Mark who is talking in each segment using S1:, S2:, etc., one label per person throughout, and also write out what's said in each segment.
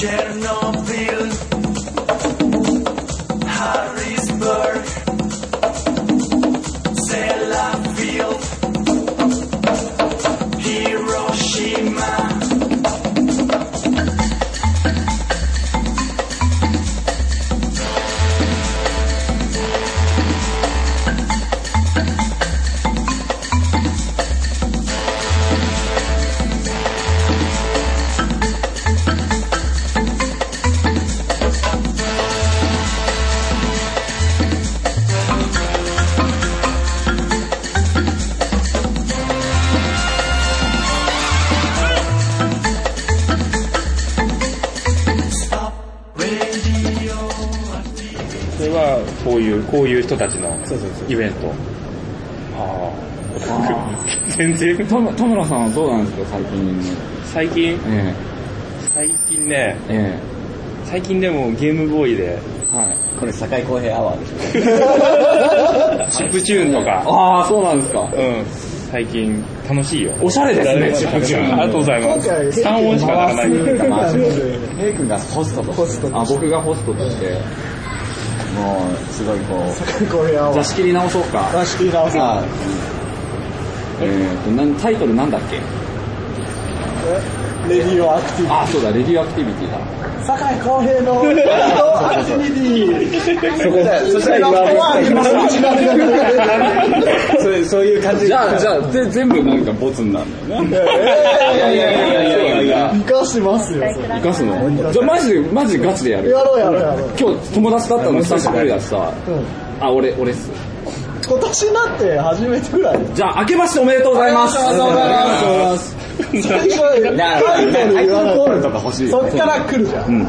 S1: Chernobyl, Harrisburg, Sellafield, Hiroshima.
S2: それはこういうこういう人たちの
S3: そうそうそう
S2: イベントああ全然
S3: 田村田村さんはどうなんですか、最近。
S2: 最近
S3: え
S2: 最近ね
S3: ええ
S2: 最近でもゲームボーイで
S3: えはい。
S4: これ、堺公平アワーでしょ。
S2: チップチューンとか
S3: ああ、そうなんですか。
S2: うん最近楽しいよ
S3: おしゃれですね
S2: チップチューンありがとうございます3音しかならない
S4: ヘイ君がホストとして。
S3: あ、僕がホストとして。
S4: もう、すごいこう、
S5: これは
S3: じゃあ仕切り直そうか。
S5: 仕切り直せ
S4: あ
S3: えっとなん、タイトルなんだっけ
S5: レディオアクティ
S3: あ、そうだ、レディオアクティビティだ。
S5: ブ。坂井公平のレディオアクティビティ。そこだそしたら今
S4: そういう、そういう感じ
S3: じゃあ、じゃあ、ぜ全部なんかボツになるんだよね。
S4: いやいやいやいやいや
S5: 生かしてますよ、それ。
S3: 生かすのじゃあ、マジで、マジガチでやる。
S5: やろうやろうやろう。
S3: 今日友達だったの久しぶりだしさ。
S5: うん
S3: あ、俺、俺っす。
S5: 今年になって初めてぐらい。
S3: じゃあ、明けましておめでとうございます。
S5: ありがとうございますありがとうございます。タイトル言わない
S4: コールとか欲しいよ
S5: そっから来るじゃん。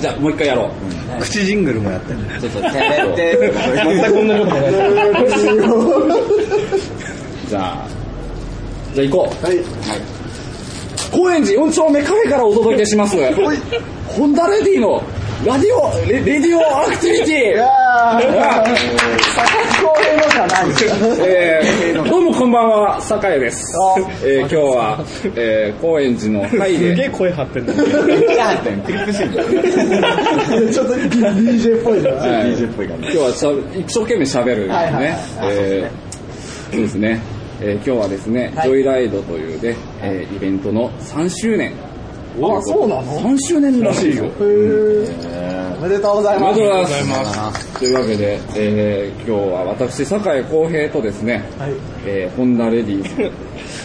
S3: じゃあ、もう一回やろう。
S6: 口ジングルもやってるね。
S4: そうそう、てれって、
S3: じゃあ、じゃあ行こう。はい。高円寺4丁目カフェからお届けします。ホンダレディのラディオ、レレディオアクティビティえー、 どうもこんばんは、酒井です。えー、今日は、えー、高円寺の会
S2: すげ
S3: で、
S2: え声張ってんだ
S4: クリップしてんじゃん。
S5: ちょっと DJ っぽいじゃん。
S3: はい
S4: DJ っぽい感
S3: 今日はしゃべ一生懸命喋るんですね。えーそうですね。えー今日はですね、ジョイライドというね、えーイベントの3周年。あ、そうなの ?3 周年らしいよ。
S5: おめでとうござい
S3: お
S5: ま
S3: め
S5: す。
S3: でとうございます。というわけで、えー、今日は私、酒井康平とですね、
S5: はい。
S3: えー、ホンダレディ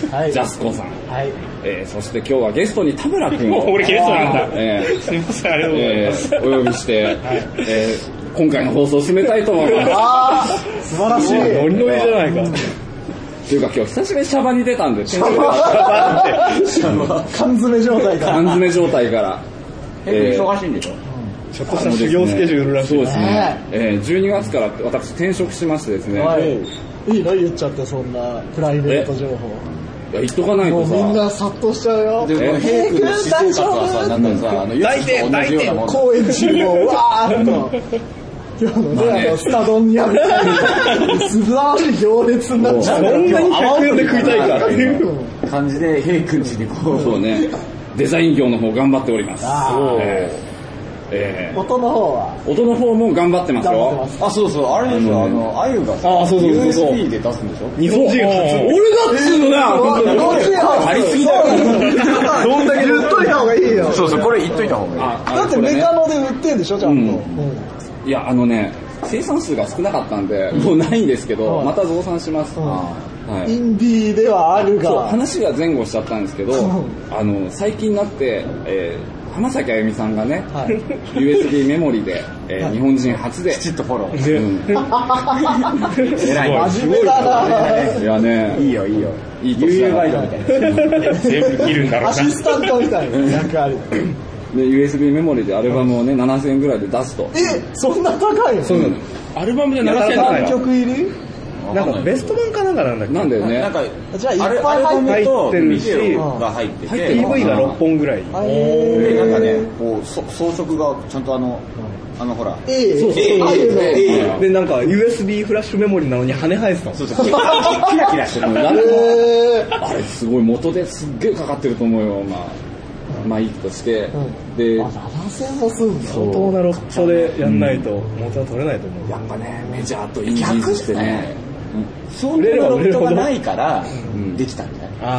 S3: ー
S5: はい。
S3: ジャスコさん、
S5: はい。
S3: えー、そして今日はゲストに田村君
S2: も
S3: を
S2: う、俺ゲストなんだ
S3: えー
S2: すいませんありがとうござい
S3: え
S2: ます
S3: ー、お呼びして、えー、今回の放送を締めたいと思いま
S5: 素晴らしい。
S2: ノリノリじゃないか
S3: す。というか今日久しぶりにシャバに出たんで、
S5: 缶詰状態から。
S3: 缶詰状態から。えー
S4: 忙しいんでしょ
S2: ちょっとした修行スケジュールらし
S3: そう
S2: い
S3: ですね。えー、12月から私転職しましてですね、
S5: はい。いいの言っちゃって、そんなプライベート情報。
S3: いや言っとかない
S5: も
S3: と
S5: う
S3: さ、
S5: みんな殺到しちゃうよ。
S4: でも、ヘイ君の私生活はさ、なんかさ、あの、ユーチューブと同じようなもんだよ
S5: 高円寺もわーっと。今日のね、あの、スタドンにある、素晴らしい行列になっちゃうから。
S2: そんなに100円で食いたいから
S5: うん
S4: 感じで、ヘイ君家にこう、
S3: そうね、デザイン業の方頑張っております。えーえ
S5: 音の方は、
S3: ー音の方も頑張ってます
S5: 頑張って
S3: よ
S5: ま。す。
S4: あ、そうそう、あれでしょ、あの、あゆがさ、
S2: あそうそうそうそう
S4: USB で出すんでしょ
S2: 日本人初
S3: 俺だっつうのな、本当に
S5: ありすぎだよ。どんだけ言っといた方がいいよ。
S4: そうそう、これ言っといた方がいい。
S3: ああの
S5: だって
S3: これ
S5: メ
S3: ね
S5: カノで売ってんでしょ、ちゃんと。
S3: ういや、あのね、生産数が少なかったんで、もうないんですけど、
S5: はい
S3: また増産します。
S5: うん
S3: は
S5: イ
S3: い。
S5: ンディーではある
S3: そう、
S5: が、
S3: 話が前後しちゃったんですけど
S5: うん、
S3: あの、最近になって、えー浜崎あゆみさんがね、
S5: はい
S3: USB メモリで、えー日本人初で、
S4: きちっとフォロー。
S3: うん
S5: 真
S4: 偉い。
S5: 面目だ
S3: いやね、
S4: いいよ、いいよ。
S3: いい年だな
S4: バイトみたいな。
S2: 全部切るんだ
S5: なア
S2: ろうな
S5: シスタントみ たいな役割。
S3: で、USB メモリでアルバムをね、7000円ぐらいで出すと。
S5: え、そんな高いの
S3: なの
S2: アルバムで鳴らせない
S5: 3
S2: んだ
S5: 曲入り
S6: なんかベスト版かなんかなんだっけ
S3: なんだよ
S4: なん
S3: ね。
S4: か、
S5: じゃあいっ
S4: あれ、
S5: ぱい
S4: アルバ
S5: 入
S4: ム
S5: って
S4: と
S2: 入ってる
S4: ビ
S2: し
S4: デオが入って
S3: 入ってる
S4: て、
S3: の
S2: PV が6本ぐらい
S4: で、
S5: る。
S4: なんかね、こう、そ装飾が、ちゃんとあの、あの、ほら、
S5: ええ、
S3: そうそう
S5: ええあるね
S3: ええ
S6: で、なんか USB フラッシュメモリなのに羽生えてたの
S4: そうそう、キラキラしてる。
S3: ラ
S5: ええ
S3: あれすごい元ですっげえかかってると思うよ、まあ。まあいいとして、
S5: うん
S3: で、
S5: あ、7000もすんだ。
S3: そう
S6: 相当なロットでやんないと、元は取れないと思う。
S3: やっぱね、メジャーとインディーズってね、
S4: 相当なロットがないから、できたんじゃな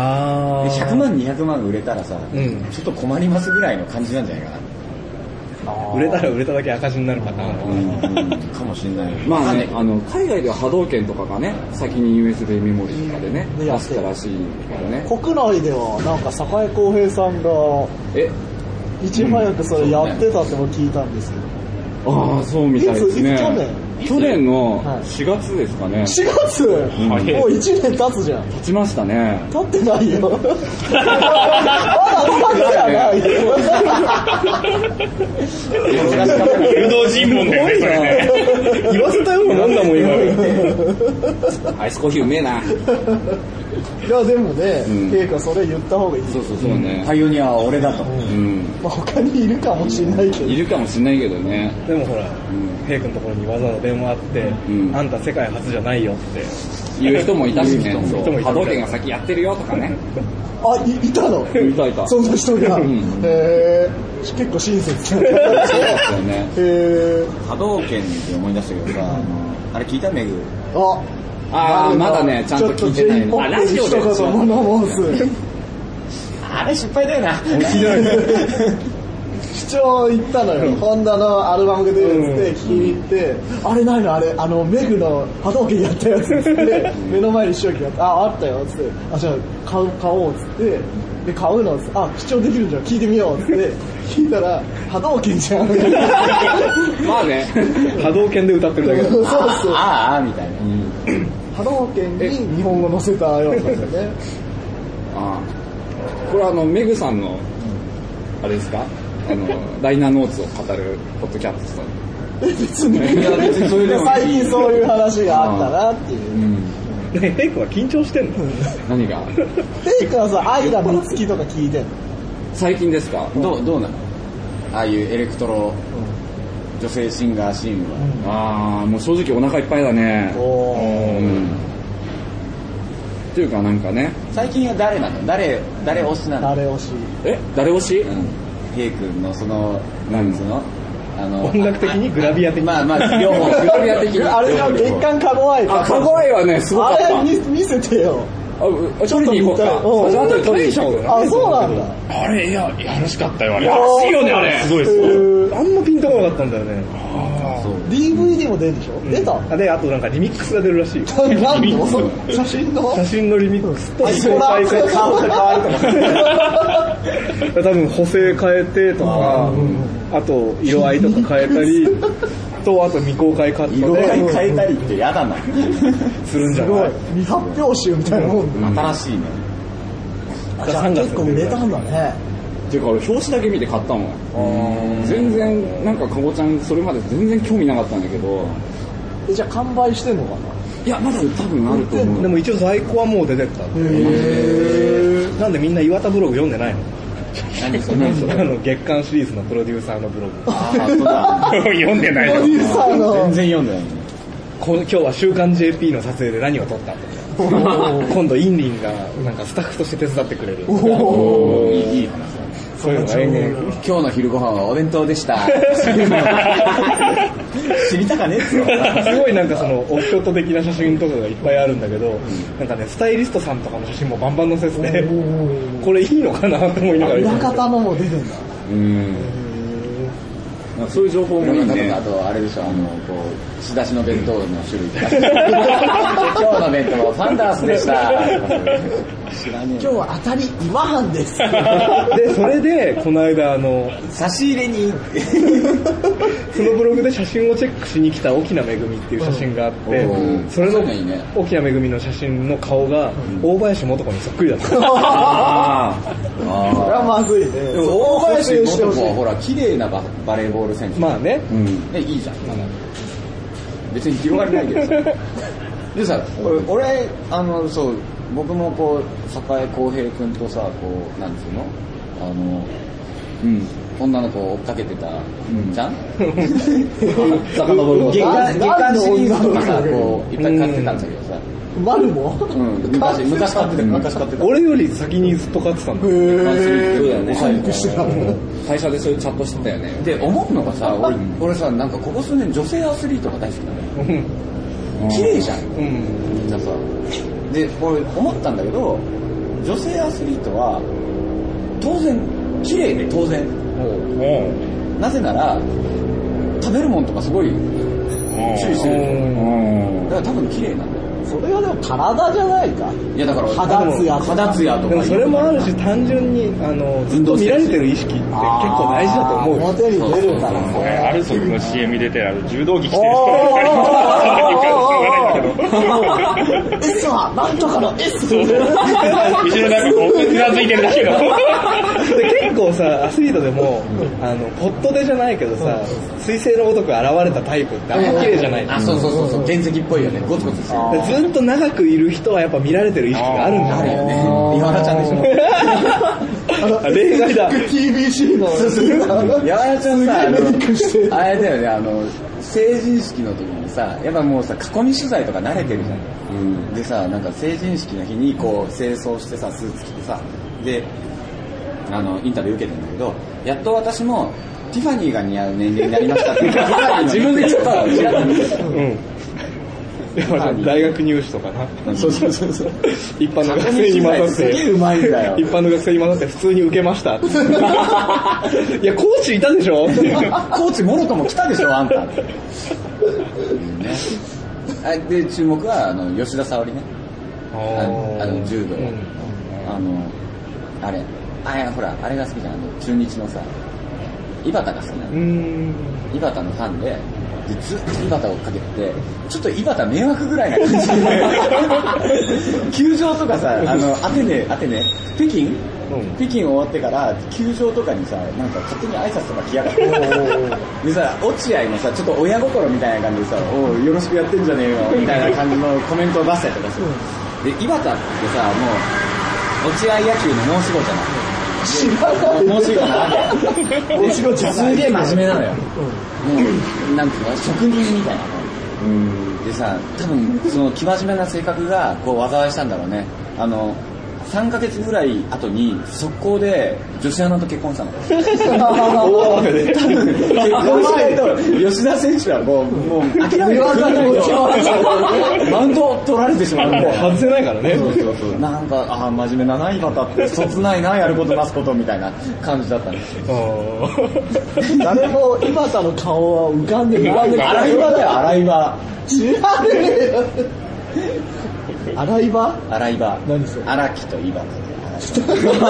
S6: あ
S4: いで
S6: ー。
S4: 100万、200万売れたらさ、
S6: うん
S4: ちょっと困りますぐらいの感じなんじゃないかな。
S6: 売れたら売れただけ赤字になるパターン。
S4: かもしれない。
S3: まあね、あの、海外では波動拳とかがね、先に USB メモリーとかでね、
S5: うん
S3: 出したらしいからね。
S5: 国内では、なんか、坂井康平さんが、
S3: え、
S5: いち早くそれやってたっても聞いたんですけど。
S3: ああ、そうみたいですね
S5: いついつ去年。
S3: 去年の
S5: はい
S3: 4月ですかね。
S5: 4月もう
S2: 早い
S5: 1年経つじゃん。
S3: 経ちましたね。
S5: 経ってない よ。まだ経ってないよ。
S2: 誘導尋問だよね、それね。
S6: 言わせたようなもんだもん、今。
S3: アイスコーヒーうめえな。
S5: いや、でもね
S3: うん、
S5: ケイ君それ言った方がいい。
S3: そうそうそうね。
S4: パイオニアは俺だと。
S3: うん。
S5: まあ、他にいるかもしれないけど
S3: い。るかもしんないけどね。
S6: でもほら
S3: ん、
S6: 平君のところにわざわざ電話あって、
S3: ん
S6: あんた世界初じゃないよって。
S3: 言う人もいたしね。
S6: も
S3: そう波動拳が先やってるよとかね。
S5: あ、い、いたの
S3: いたいた
S5: そんな人が。
S3: うん
S5: へー結構親切な 方
S3: そう
S5: へ
S3: ですよね。
S5: え。
S4: 波動拳って思い出したけどさ、あのあれ聞いたメグ。
S5: あ、
S3: ああ、まだね、ちゃんと聞いてないの。
S5: の。
S3: あ、
S5: あ、
S3: ラ
S5: ラ
S3: ジ
S5: ジ
S3: オ
S5: オ
S3: で
S5: で。
S3: 聞
S5: 一言物申す。
S4: あれ失敗だよな。
S5: 視聴行ったのよ。ホンダのアルバムが出るっつって、聞きに行って、あれないのあれ、あの、メグの波動拳やったやつっつって、目の前に視聴機やった。あ、あったよっつって、あ、じゃあ買う、買おうっつって、で、買うのっつって、あ、視聴できるんじゃん、聞いてみようっつって、聞いたら、波動拳 じゃん。
S3: まあね。
S6: 波動拳で歌ってる だけだ。
S5: そうそう。
S4: あーあーみたいな。
S5: 波動拳に日本語載せたような感じだね。
S3: ああこれはあのメグさんのあれですかあのダイナノーツを語るポッドキャスト
S5: え別 に。
S3: いや別にそれでもいい
S5: 最近そういう話があったなっていう。
S6: ね平君は緊張してんの
S3: 何が
S5: テイクはさ、愛がのつきとか聞いてんの
S3: 最近ですか
S4: どう、どうなのああいうエレクトロ、女性シンガーシーンは。
S3: ああもう正直お腹いっぱいだね
S5: お
S3: うんっていうかなんかね
S4: 最近は誰なの誰、誰推しなの
S5: 誰推し。
S3: え誰推し
S4: うん。ヘイ君のその、
S3: 何
S4: その、あの、
S6: 音楽的にグラビア的に。
S4: まあまあ、両方、 グラビア的に。
S5: あれが月刊カゴアイ
S3: あ、かごいはね、すごか
S5: あ
S3: った。
S5: れ見見せてよ。
S3: あう、取りに行こうか。
S5: うん
S3: あとで取りに行こうか。
S5: あ、そうなんだ。
S2: あれ、いや、やらしかったよ、あれ。やらしいよね、あれ。すごい、すごい。
S6: あんまピンとこなかったんだよね。
S5: DVD も出るでしょ出た
S6: あで、あとなんかリミックスが出るらしいよ。
S5: 何の写真の
S6: 写真のリミックスと、
S5: あそ
S6: 公
S5: うだ
S6: 開変顔が変わるとか。多分補正変えてとか、あと色合いとか変えたり、と、あと未公開カット
S4: 色合い
S6: で
S4: 変えたりってやだな。
S6: するんじ
S5: す
S6: ゃ
S5: ご
S6: ないい。
S5: 未発表集みたいなもんだ。
S4: 新しいね。
S5: あじゃあ結構売れたんだね。
S3: っていうか俺表紙だけ見て買ったもん全然なんかかごちゃんそれまで全然興味なかったんだけど
S5: えじゃあ完売してんのか
S3: いやまだ多分あると思う
S6: でも一応在庫はもう出てった。
S5: なへ
S6: なんでみんな岩田ブログ読んでないの
S4: 何それ何それ。
S6: あの月刊シリーズのプロデューサーのブログ。
S4: あー、そ うだ。
S2: 読んでない
S5: プロデューサー
S4: 全
S5: の。
S4: 然読んでないね。
S6: こ今日は週刊 JP の撮影で何を撮ったとか、今度インリンがなんかスタッフとして手伝ってくれる。
S5: おー
S4: いい話だね。
S6: そういうのが延々
S4: 今日の昼ご飯はお弁当でした。知りたかねえっつうの
S6: すごいなんかそのオフショット的な写真とかがいっぱいあるんだけど、なんかね、スタイリストさんとかの写真もバンバン載せてて、これいいのかなと思いなが
S5: 裏
S6: ら、
S5: 方のも出てんだ。
S3: うんまあそういう情報もいい
S4: なんか
S3: ね
S4: あと、あれでしょ、あの、こう、仕出しの弁当の種類とか。今日の弁当はファンダースでした。知らね
S5: 今日は当たり今半です。
S6: で、それで、この間あの、
S4: え。差し入れに、
S6: そのブログで写真をチェックしに来た沖縄めぐみっていう写真があって
S4: う、ん
S6: それの
S4: そういうのいいね
S6: 沖縄めぐみの写真の顔が、大林素子にそっくりだった。
S3: あ
S5: これはまずいね。
S4: でも大林元子はほら、綺麗なババレーボール選手。
S6: まあね、
S3: あうん
S4: ね、いいじゃん。別に広がりないけど さ。でさ、俺、俺あの、そう、僕もこう、坂井康平君とさ、こう、なんつうのあの、
S3: うん
S4: 女の子を追っかけてた、じ ゃん
S3: 遡る
S4: 月
S5: な
S4: 刊月刊シリーズとか
S5: な
S4: さ
S5: んで女の子を追っかける
S4: こういっぱい買ってたんだけどさ、
S5: マルモ
S4: うん、昔、昔買ってた、昔買ってた。
S6: 俺より先にずっと買ってたんだ
S5: へ
S6: よ。
S5: ー
S3: そうだよね
S5: パンクしてたの
S3: 会社でそういうチャットしてたよね。
S4: で、思うのがさ、俺、俺さ、なんかここ数年女性アスリートが大好きなのよ。綺麗じゃん。
S6: うん。
S4: みんなさ。で、俺、思ったんだけど、女性アスリートは、当然、綺麗で当然。
S2: うん。
S4: なぜなら、食べるもんとかすごい注意してるでしょ。だから多分綺麗なんだよ。
S5: それはでも体じゃないか
S4: いやだから、
S5: 肌ツヤ
S4: 肌ツヤと
S6: でも
S4: か。
S6: それもあるし、単純に、あの、ず
S4: 運
S6: っと
S4: 動し
S6: 見
S4: て
S6: ら
S4: るし
S6: れてる意識って結構大事だと思うよ。
S5: 表に出るからね
S2: これ、アルソックの CM に出てる、あの、柔道着着てる人ばっかりの話なんだけど
S5: S はなんとかの S
S2: そうそう後ろなんかこう、うなずいてるだけど。
S6: で結構さ、アスリートでも、あの、ポットでじゃないけどさ、彗星のごとく現れたタイプってあんま綺麗じゃない。
S4: あ、そうそうそうそう、原石っぽいよね。ゴツゴツしてる。
S6: でずっと長くいる人はやっぱ見られてる意識があるんじゃ
S4: あ
S6: な
S4: る
S6: い
S4: よね。岩原ちゃんでしょ。
S6: あ例外 だ。
S5: TBC の
S4: やわらちゃんさ、あの
S5: すげえメイクして、る
S4: あれだよね、あの、成人式の時にさ、やっぱもうさ、囲み取材とか慣れてるじゃん。でさ、なんか成人式の日にこう、清掃してさ、スーツ着てさ、で、あの、インタビュー受けてんだけど、やっと私も、ティファニーが似合う年齢になりましたって。自分で言ったら、
S6: やっぱり大学入試とかな。
S4: そうそうそうそう。
S6: 一般の学生に混ざっ
S4: すげえ
S6: て。
S4: うまいんだよ
S6: 一。般の学生に混ざって普通に受けました。 いや、コーチいたでしょっていう
S4: コーチもろとも来たでしょ、あんた。ね、あで、注目は、あの、吉田沙保里ね。あのあの柔道、
S6: うん
S4: あのあれあいやほらあれが好きじゃんあの中日のさ井端が好きな
S6: う
S4: の
S6: ん。
S4: 井端のファンででずっと井端を追っかけててちょっと井端迷惑ぐらいな感じで 球場とかさあのアテネアテネ北京、
S6: ん
S4: 北京終わってから球場とかにさなんか勝手に挨拶とか来やがってでさ落合もさちょっと親心みたいな感じでさ「おうよろしくやってんじゃねえよ」みたいな感じのコメントを出したりとかする、で井端ってさもう落合野球の申し子じゃない
S5: 知らない
S4: 面白いかな面白いじゃないすげえ真面目なのよ、もうなんていうの職人みたいなでさ多分その生真面目な性格がこう災いしたんだろうねあの3ヶ月ぐらい後に速攻で女子アナと結婚したの
S5: 大
S4: 多分結 婚しないと吉田選手はもうもう諦めてマウント取られてしまうんで
S6: 外せないからね。
S4: なんか、ああ、真面目だな、井端って、そつないな、やることなすことみたいな感じだったんですよ。
S5: 誰も井端の顔は浮かんでない
S4: 洗い場だよ、洗い場。
S5: 知らねえよ洗い場
S4: 洗い場。
S5: 何それ
S4: 荒木と井端で洗い場。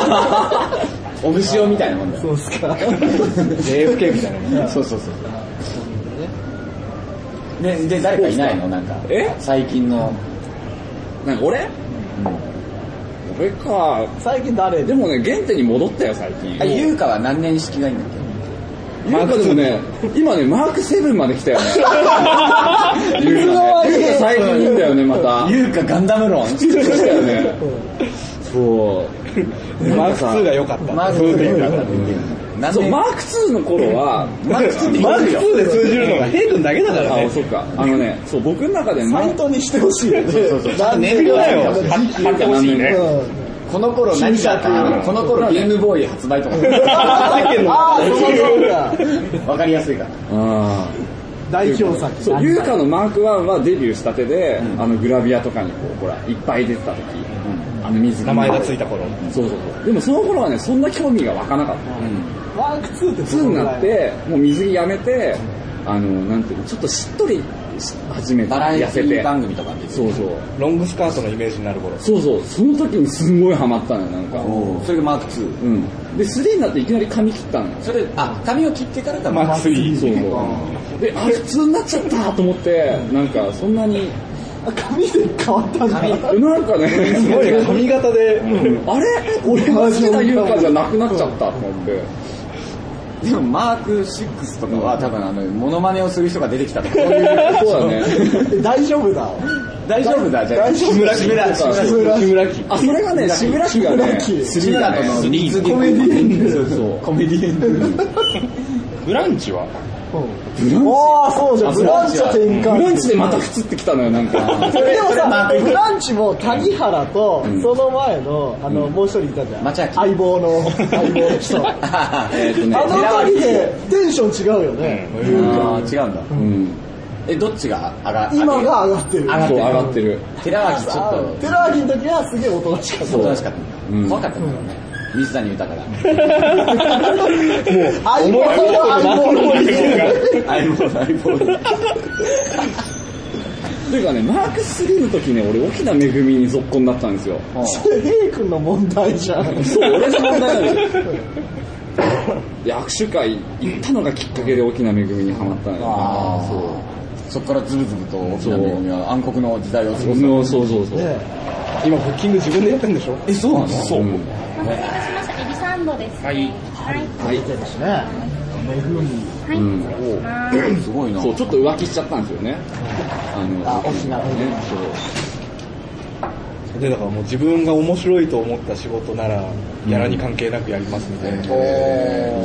S4: おぐしおみたいなもんだよ。
S5: そうっすか
S6: JFK みたいなもん。
S4: そうそうそう。で、で、誰かいないのなんか。
S3: え
S4: 最近の。
S3: なんか俺俺か。
S5: 最近誰
S3: でもね、原点に戻ったよ、最
S4: あ、
S3: 近。
S4: 優香は何年式がいいんだっ
S3: マークでもね、今ね、マークセブンまで来たよ ね。
S5: いつの間に
S3: 優香最近いいんだよね、また
S4: け。優香ガンダム論。
S3: したよね。そう。
S6: マ
S3: な
S6: ー
S3: ん
S6: ク
S3: かさ
S6: 2が良かった。
S4: マーク2で優香だって言ってる何
S3: そう、
S4: 年
S3: マーク2の頃は、
S4: マーク2って言
S6: マー
S4: って
S6: ク
S4: るよ。
S6: 2で通じるのが平君だけだから
S3: あ、
S6: ね。
S3: そっか。あのね、そう、僕の中でマ
S5: 本
S3: ーク
S5: 当にしてほしいよね
S4: 年齢だよ。
S2: はってほしいね。
S5: うん
S4: この頃何かこの頃ゲームボーイ発売とか。
S5: ああそうそうか
S4: わかりやすいから。
S3: あ
S5: 代表
S3: ー
S5: 作
S3: そう、優香のマーク1はデビューしたてで、あの、グラビアとかにこう、ほら、いっぱい出てた時、あの、水着
S6: 名前がついた頃。
S3: そうそうそう。でもその頃はね、そんな興味が湧かなかった。
S5: マーク2って
S3: 普通になって、もう水着やめて、あの、なんていうの、ちょっとしっとりし始めて、
S4: バラエテ
S3: 痩せ
S4: ィ
S3: て。
S4: 番組とかで。
S3: そうそう。
S6: ロングスカートのイメージになる頃。
S3: そうそう、その時にすんごいハマったのよ、なんか。
S4: それがマーク2。
S3: うん。で、3になっていきなり髪切ったのよ。
S4: それ、あ、髪を切ってからだ
S6: マーク3。
S3: そうそう。で、あれ普通になっちゃったと思って、なんかそんなに、
S5: あ髪で変わったんだ
S3: なんかね、
S6: すごいね、髪型で。
S3: あれ俺が好きな優香じゃなくなっちゃったと思って。
S4: でもマーク6とかは多分あの、モノマネをする人が出てきたとか、こういう
S3: そうだね。
S5: え大丈夫だ
S4: 大丈夫だ、じゃあ。
S5: 大丈夫
S4: 木村、木村、木
S5: 木村
S6: 木村木。
S3: あ、それがね、志村木がね、
S4: 木村との
S2: スリー
S4: 水着
S5: コメディエン
S4: そうそう。コメディエンド。
S2: ブランチは
S5: おー、そうじゃん。ブランチ転換。
S3: ブランチでまた移ってきたのよ、なんか。
S5: それでもさ、ブランチも谷原と、その前の、あの、もう一人いたじゃん。
S4: 町明
S5: 相棒の、相棒の人。あ
S4: えっとね、
S5: の二人で、テンション違うよね。
S4: あー違うんだ。うん。え、どっちが上が
S5: 今が上がってる。
S4: 上がって
S3: そう、
S4: る。
S3: 上がってる。
S4: 寺脇ちょっと、
S5: テラーギの時はすげえおとなしかった。
S4: おとなしかったんだ。怖かったんだろうね。水谷豊が。
S5: 相棒の相棒の
S4: 相棒だ、相棒だ。
S3: というかね、マーク3の時ね、俺、沖田めぐみに続婚だったんですよ。
S5: それ、ヘイ君の問題じゃん。
S3: そう、俺の問題なんですよ。で握手会行ったのがきっかけで沖田めぐみにハマったのよ。
S4: ああ、そう。そっからズブズブと沖縄恵は暗黒の時代を過ごす。
S3: うんそうそうそう。。
S5: ね
S6: 今、ブッキング自分でやってんでしょ
S4: え、そうなのそう
S7: お待たせしました。エビサンドですね。はい。はい。
S3: はい。
S5: ですね。めぐみ。
S7: はい。失礼します。
S4: すごいな。
S3: そう、ちょっと浮気しちゃったんですよね。
S4: あの、
S5: あ、沖縄めぐみ。
S6: で、だからもう自分が面白いと思った仕事なら、やらに関係なくやりますみたいな。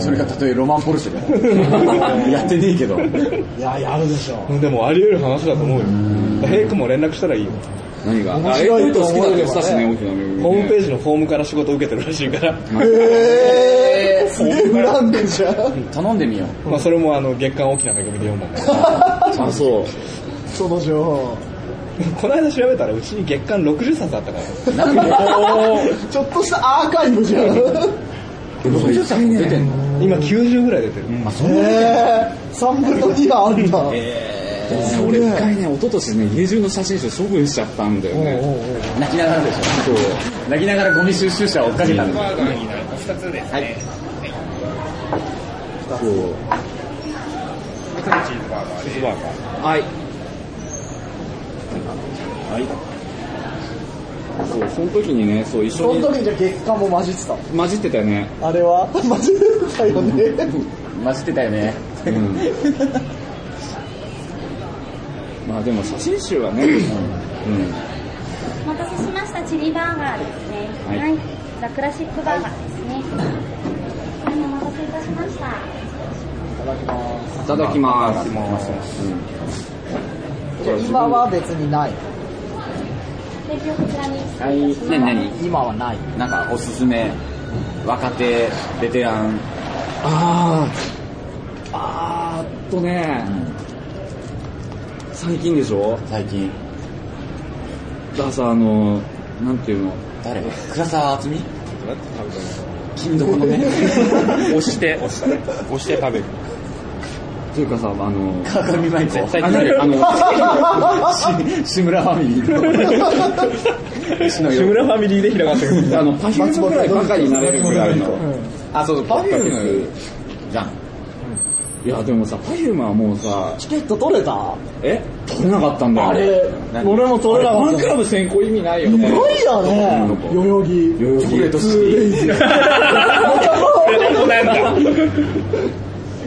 S4: それがたとえロマンポル シェでやってねえけど。
S5: いや、やるでしょ。
S6: でもあり得る話だと思うよ。ヘイクも連絡したらいいよ。
S3: 何が
S5: 面白いと思
S3: あ
S5: え
S3: れ好きだ
S5: ればね
S3: って言ってたしね、沖田めぐみね。
S6: ホームページのフォームから仕事を受けてるらしいから、
S5: えー、すげえフランクじゃん。
S4: 頼んでみよ う。
S6: まあそれもあの、月刊大きな恵みで読んだんだけど
S3: あ、そう。
S5: その情報。
S6: この間調べたらうちに月刊60冊あったから。
S4: なんで
S5: ちょっとしたアーカイブじゃん。
S4: 60冊も出てんの
S6: 今90ぐらい出てる。
S5: えー、3分の2があるんだ。
S3: 俺一回ね、一昨年ね、家中の写真集処分しちゃったんだよね。
S4: 泣きながらでしょ。泣きながらゴミ収集車を追っかけたんだよ。
S3: そう。はい。はい。そう、その時にね、そう、一
S5: そ
S3: 緒
S5: の
S3: に
S5: 時じゃ月間も混じって
S3: 混じってたよね。
S5: た。あれは混じってたよね。
S4: 混じってたよね。
S3: まあでも写真集はね、うん。
S7: お待たせしました。チリバーガーですね。
S3: はい
S7: はい。ザクラシックバーガーですね。はい。お待たせいたしました。
S3: いただきます。
S5: 今は別にない。
S7: 提供こちらに失
S4: は
S7: 礼いたし
S4: い。
S7: ます。
S4: ね、何
S5: 今はない。
S4: なんかおすすめ、若手、ベテラン、
S3: あー。あーっとね、最近でしょ
S4: 最近。
S3: だからさ、あの、なんていうの
S4: 誰倉沢厚美金床のね。押して、押して。
S2: 押して食べる。
S3: というかさ、あの、
S4: 鏡舞子。
S3: あなにあの、
S4: 志村ファミリー の。志
S6: 志村ファミリーで開かってくる。
S3: あの、パフュームぐらいバカになれるぐらいの。
S4: あ、そうそう、パ
S3: パ
S4: フ
S3: フ
S4: ュ
S3: ュ
S4: ー
S3: ー
S4: ム
S3: ム
S4: じゃん。
S3: いや、でもさ、パフュームはもうさ、
S5: チケット取れた
S3: え取れなかったんだよ。
S5: あれ、
S4: 何
S5: 俺も取れな
S3: フ
S5: か
S3: ァン
S5: った。
S3: ク
S5: す
S3: ラブ選考意味ないよね。
S5: ごいよね。代々木。
S3: 代々木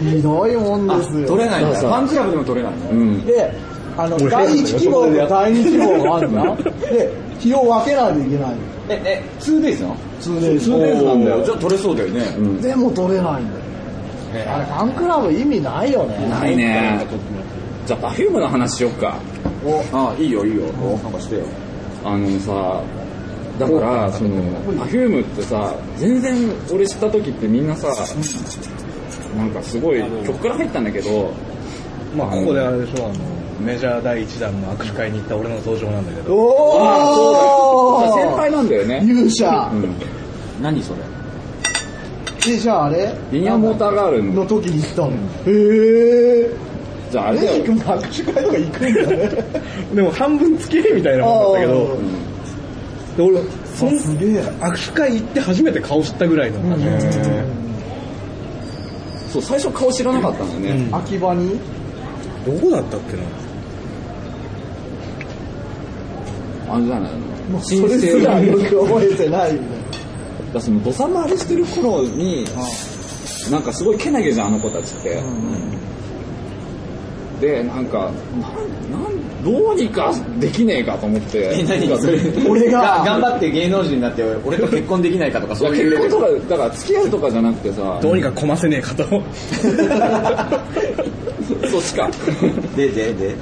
S5: ひどいもんですよ。
S4: 取れないんだ。ファンクラブでも取れないの
S3: うん。
S5: で、あの、第一希望と第二希望があるな。で、日を分けないといけない。
S4: え、え、2days なの
S5: 2days。
S4: ?2days なんだよ。じゃあ取れそうだよね。
S5: でも取れないんだよ。あれ、ファンクラブ意味ないよね。
S3: ないね。じゃあ、パフュームの話しよっか。
S4: あ、いいよいいよ。なんかしてよ。
S3: あのさ、だから、その、パフュームってさ、全然俺知った時ってみんなさ、なんかすごい、曲から入ったんだけど、
S6: まあここであれでしょ、あの、メジャー第1弾の握手会に行った俺の登場なんだけど。
S5: おー
S3: 先輩なんだよね。
S5: 勇者
S3: う。ん。
S4: 何それ
S5: で、じゃああれ
S3: リニアモーターガールの、
S5: の時に行ったの。 へえ。
S3: じゃああれだよ。
S5: ー。握手会とか行くんだね。
S6: でも半分付き合いみたいなもんだったけど、で俺、そん
S5: すげえ。
S6: 握手会行って初めて顔知ったぐらいの感じ。
S3: そう、最初顔知らなかったんだよね。
S5: 秋葉に
S6: どこだったっけな
S3: あれじゃない
S5: も
S3: の
S5: うそれす
S3: だ
S5: ら
S3: か
S5: よく覚えてないみたいな。
S3: らその、土佐回りしてる頃に、なんかすごいけなげじゃん、あの子たちって。で、なんか、なん、なんどうにかできねえかと思って。
S4: え何
S3: なんか
S5: 俺が
S4: 頑張って芸能人になって俺と結婚できないかとか
S3: い
S4: そ
S3: や
S4: ういう
S3: 結
S4: レベ
S3: 婚
S4: ル
S3: とか、だから付き合うとかじゃなくてさ、
S6: どうにかこませねえかと。
S3: そっちか。
S4: ででで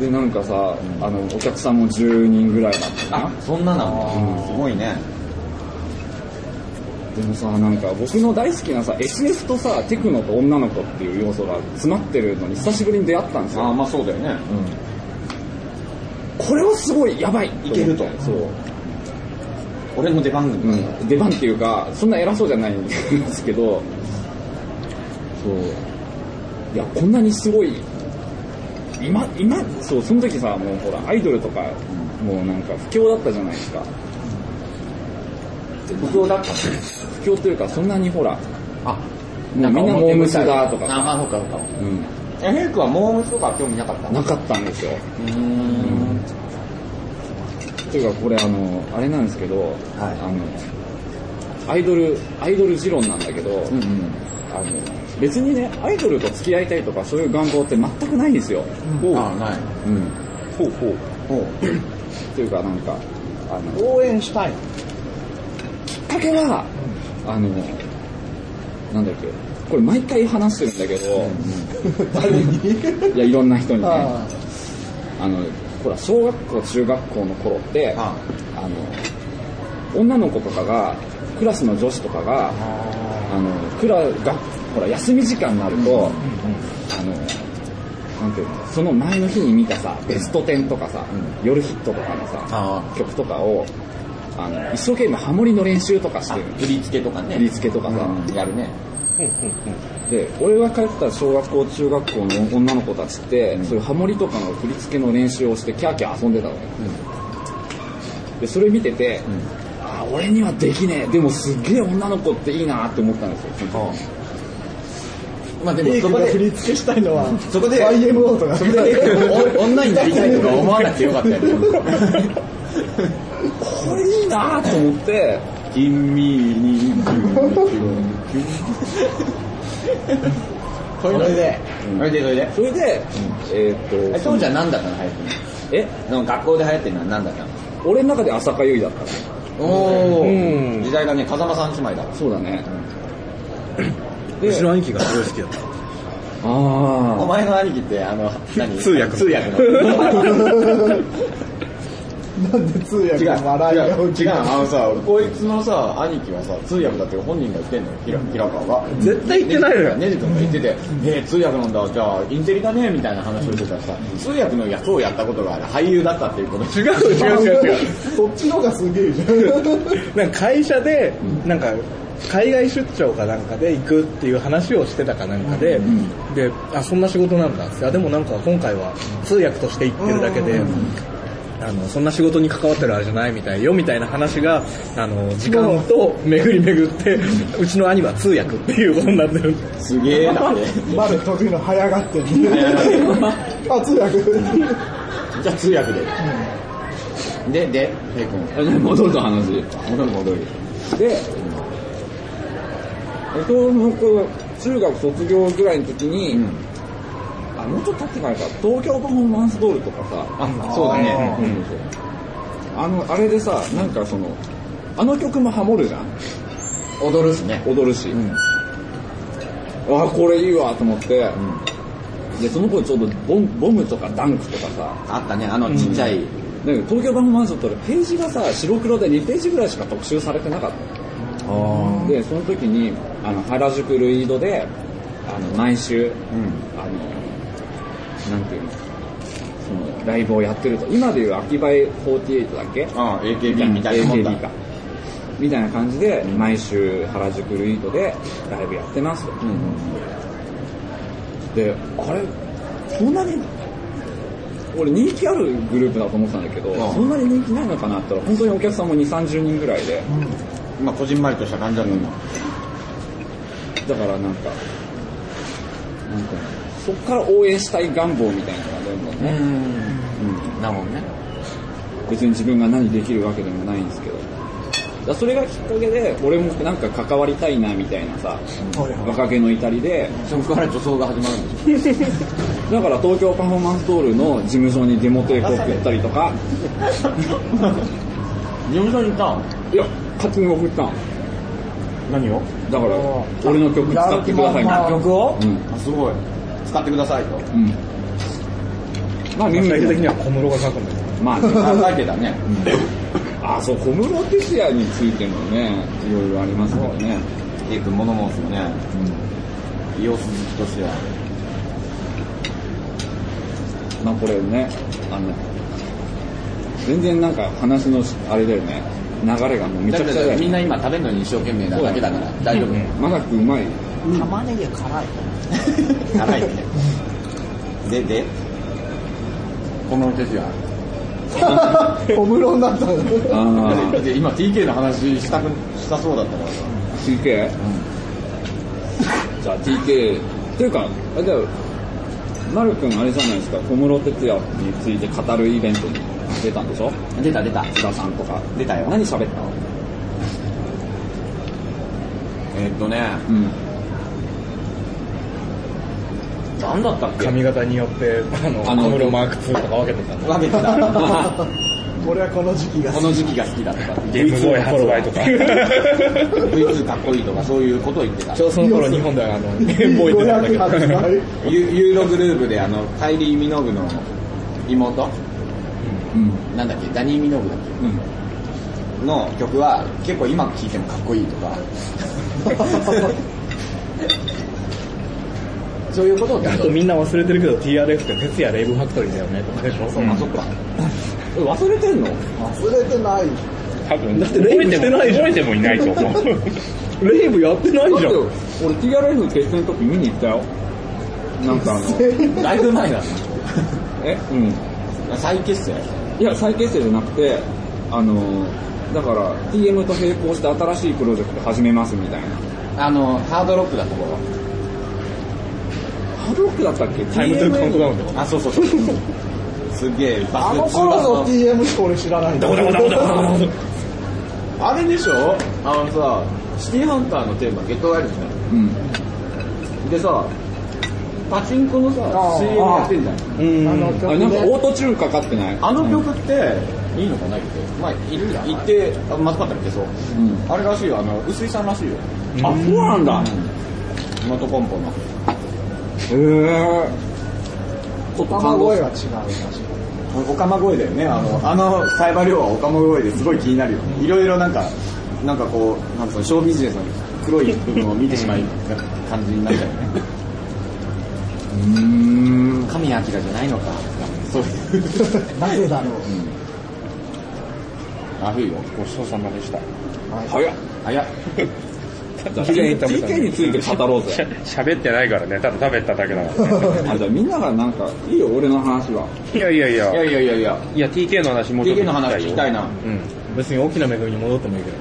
S3: で、なんかさ、あの、お客さんも10人ぐらいだったか
S4: あそんななんだすごいね
S3: な。でもさ、なんか僕の大好きなさ、SF とさ、テクノと女の子っていう要素が詰まってるのに久しぶりに出会ったんですよ。
S4: あまあそうだよね
S3: これはすごいやばい
S4: いけると
S3: そう。
S4: 俺の出番組
S3: うん、出番っていうか、そんな偉そうじゃないんですけど、そう。いや、こんなにすごい、今、今、そう、その時さ、もうほら、アイドルとか、もうなんか不況だったじゃないですか。不況だった不況というか、そんなにほら、
S4: あ
S3: もうみんなモームスだとか
S4: あまあ
S3: さ、
S4: そうかそうか
S3: うん、
S4: えヘイクはモームスとか興味なかった
S3: なかったんですよ。
S4: うーん
S3: というかこれあのあれなんですけど、あのアイドルアイドル持論なんだけど、あの別にねアイドルと付き合いたいとかそういう願望って全くないんですよ。うん、
S4: あない
S3: ほうほう
S4: ほう
S3: というかなんかあの
S5: 応援した い。
S3: きっかけは、あのなんだっけこれ毎回話してるんだけど、いやいろんな人にね
S5: あ
S3: あのほら小学校中学校の頃って
S4: あ
S3: あの女の子とかがクラスの女子とかがあのクラがほら休み時間になると、あのなんていうのその前の日に見たさベスト10とかさ、夜ヒットとかの
S4: あ
S3: さ曲とかをあの一生懸命ハモリの練習とかしてる
S4: 振り付けとかね
S3: 振り付けとかさ、
S4: うんやるね
S3: で俺が通った小学校中学校の女の子たちって、そういうハモリとかの振り付けの練習をしてキャーキャー遊んでたのよ、でそれ見てて、あ俺にはできねえでもすっげえ女の子っていいなって思ったんですよ、
S4: まあで
S5: ヘ
S4: も
S5: イ
S4: そ
S5: ク
S4: こ
S5: が
S4: で
S5: 振り付けしたいのは、
S4: そこで
S5: YMO とか。
S4: それでお女になりたいとか思わなくてよかったよね。
S3: これいいなと思って
S4: インミーにそれで、それで、それで。
S3: それで、えーっ
S4: え
S3: と
S4: 当時は何だったの流行って
S3: え
S4: るの学校で流行ってるのは何だったの
S3: 俺の中で浅香唯だったの
S4: お
S6: ー
S4: 時代がね、風間さん姉妹だ。
S3: そうだね、
S6: うちの兄貴がすごい好きだった。
S3: あ
S4: お前の兄貴って、あの、何
S6: 通訳の
S4: 通 訳の。
S5: なんで通訳
S4: 違う、違う、違う
S5: が笑いが起きる。
S4: あのさ、こいつのさ、兄貴はさ、通訳だって本人が言ってんのよ、平平川は。
S6: 絶対言ってないのよ
S4: ネジとか言ってて、ねえ、通訳なんだ、じゃあ、インテリだね、みたいな話をしてたらさ、通訳の役をやったことがある俳優だったっていうこと。
S6: 違う違う違う違う。
S5: そっちの方がすげえじゃん。
S6: なんか会社で、なんか、海外出張かなんかで行くっていう話をしてたかなんかで、で、あ、そんな仕事なんだって。あ、でもなんか今回は通訳として行ってるだけで、あの、そんな仕事に関わってるあれじゃないみたいよ、みたいな話が、あの、時間と巡り巡って、うちの兄は通訳っていうことになってる。
S4: すげえなって。
S5: まだ得意の早がってんね あ、通訳。
S4: じゃあ通訳で。で、で、ヘイ君。
S3: あ戻ると話
S4: 戻る戻る。
S3: で、えっと、僕、中学卒業ぐらいの時に、
S4: うん
S3: あ、もうちょっと経ってからか、東京パフォーマンスドールとかさ、
S4: あ、そうだね。うん
S3: あの、あれでさ、なんかその、あの曲もハモるじゃん
S4: 踊るっすね。
S3: 踊るし。
S4: ん
S3: あこれいいわと思って、で、その頃ちょうどボンボムとかダンクとかさ、
S4: あったね、あのちっちゃい。
S3: なんか東京パフォーマンスドールページがさ、白黒で2ページぐらいしか特集されてなかったのでその時にあの原宿ルイードであの毎週、あのなんていうのそのライブをやってると今でいう秋葉え48だっけ
S4: ああ、AKB みたいなもんだ
S3: AKB かみたいな感じで毎週原宿ルイードでライブやってますと、であれそんなに俺人気あるグループだと思ってたんだけど、
S4: ん
S3: そんなに人気ないのかなって言ったら本当にお客さんも2 3 0人ぐらいで、
S4: まあ、こじんまりとした感じだったんだ。
S3: だからなんか、なんか、そっから応援したい願望みたいなのがどんどんね、
S4: うん。なもんね。
S3: 別に自分が何できるわけでもないんですけど。だからそれがきっかけで、俺もなんか関わりたいなみたいなさ、若気の至りで、
S4: そこから女装が始まるんで
S3: だから東京パフォーマンスドールの事務所にデモテープ送ったりとか、
S4: 事務所に行ったの
S3: いや、勝手に送ったん。
S4: 何を
S3: だから、俺の曲使ってくださいな。
S4: 曲を
S3: うん。
S4: あすごい使ってくださいと
S3: うん。まあ、耳
S6: 最終的
S3: で。
S6: には小室が書くんだけど。
S3: まあ、
S4: 考えてたね
S3: あ、そう、小室哲也についてもね、いろいろありますからね。
S4: っていうものもですよね様子好きとしては
S3: まあ、これね、あの、全然なんか話のし、あれだよね、流れがもうめちゃくちゃだよ
S4: みん
S3: ね。
S4: な今食べるのに一生懸命なだけだから大丈夫
S3: まだくんう まい。
S5: 玉ねぎは辛い。
S4: 辛いねででこの哲也
S5: 小室になったの。
S3: あ
S4: だっ
S3: あ、
S4: て今 TK の話したくしたそうだったからさ
S3: TK? じゃあ TK、っていうか、あれだよ、なるくんあれじゃないですか、小室哲也について語るイベントに出たんでしょ
S4: 出た出た
S3: 津田さんとか。
S4: 出たよ
S3: 何喋ったの
S4: えーっとね
S3: うん。
S4: 何だったっ
S6: 髪型によって、あの、
S3: あの
S6: 小室マーク2とか分けてたんだ。
S4: 分けてた
S5: 俺はこの時期が
S4: こ
S5: 好
S4: の時期が好きだとか
S6: ゲームボーイ発売とか。
S4: V2 かっこいいとかそういうことを言ってた
S6: ちょうどその頃日本ではあ の、ゲー
S5: き。
S6: ムボーイ出たんだけ
S5: 500
S6: ど。
S5: 発売。
S4: ユユーログループであのカイリー・ミノグの妹
S3: うん。
S4: なんだっけダニー・ミノグだっけ
S3: うん。
S4: の曲は結構今聴いてもかっこいいとかそういうことを
S6: あとみんな忘れてるけど TRF って徹夜レイブファクトリーだよねとかでしょ、そ
S4: あそっか
S3: 忘れてんの
S5: 忘れてない。
S2: 多分、
S6: だってレイブ
S2: 覚え
S6: して
S2: ても
S6: ないじゃん
S2: 覚 えてもいないと思う。
S6: レイブやってないじゃん。
S3: 俺 TRF 決戦の時見に行ったよ。なんかあの、
S4: だいぶ前だ
S3: えうん。
S4: な再結成
S3: いや、再結成じゃなくて、あの、だから、TM と並行して新しいプロジェクト始めますみたいな。
S4: あのハードロックだところ
S3: ハードロックだったっけ
S6: タイムトゥーカウントダウンとか。
S4: あそうそうそうすげえバ
S5: あ
S4: ス
S5: の頃の TM しか俺知らないんだ。どこ
S6: どこだこだ
S4: あれでしょあのさシティハンターのテーマゲットワイルドじゃ
S3: うん。
S4: んでさパチンコのさ
S5: あー
S4: CM やってんじゃん
S5: あの
S3: あ
S5: 曲
S3: れなんか
S5: で。
S3: オートチューンかかってない
S4: あの曲って、いいのかな言って。まあ、いるじゃん。言って、あまずかったら消そう。
S3: ん
S4: あれらしいよ、あの、薄井さんらしいよ。
S3: あ、そうなんだ。
S4: 元コンポの。
S3: へえ。ちょっと
S5: 玉
S3: 感動
S5: 声
S3: し
S5: は違うらしい。
S4: オカマ声だよね。あの、あの、サイバー量はオカマ声ですごい気になるよね。いろいろなんか、なんかこう、なんかその、ショービジネスの黒い部分を見てしまい、感じになっちゃうよね。
S3: うん。
S4: 神明じゃないのか、そういう。
S5: なぜだろう。
S4: あるよ。
S6: ごちそうさまでした。
S3: 早っ。
S4: あ、いや、
S3: じゃあ、TK について語ろうぜ。
S2: し ゃ喋ってないからね、ただ食べただけだからね。
S3: あ、じゃあみんながなんか、いいよ、俺の話は。
S2: いやいやい
S4: いや
S2: や。
S4: いやいやいや、
S2: いや、TK の話もうちょっと
S4: TK の話聞きたいな。
S2: うん。
S6: 別に大きな恵みに戻ってもいいけど。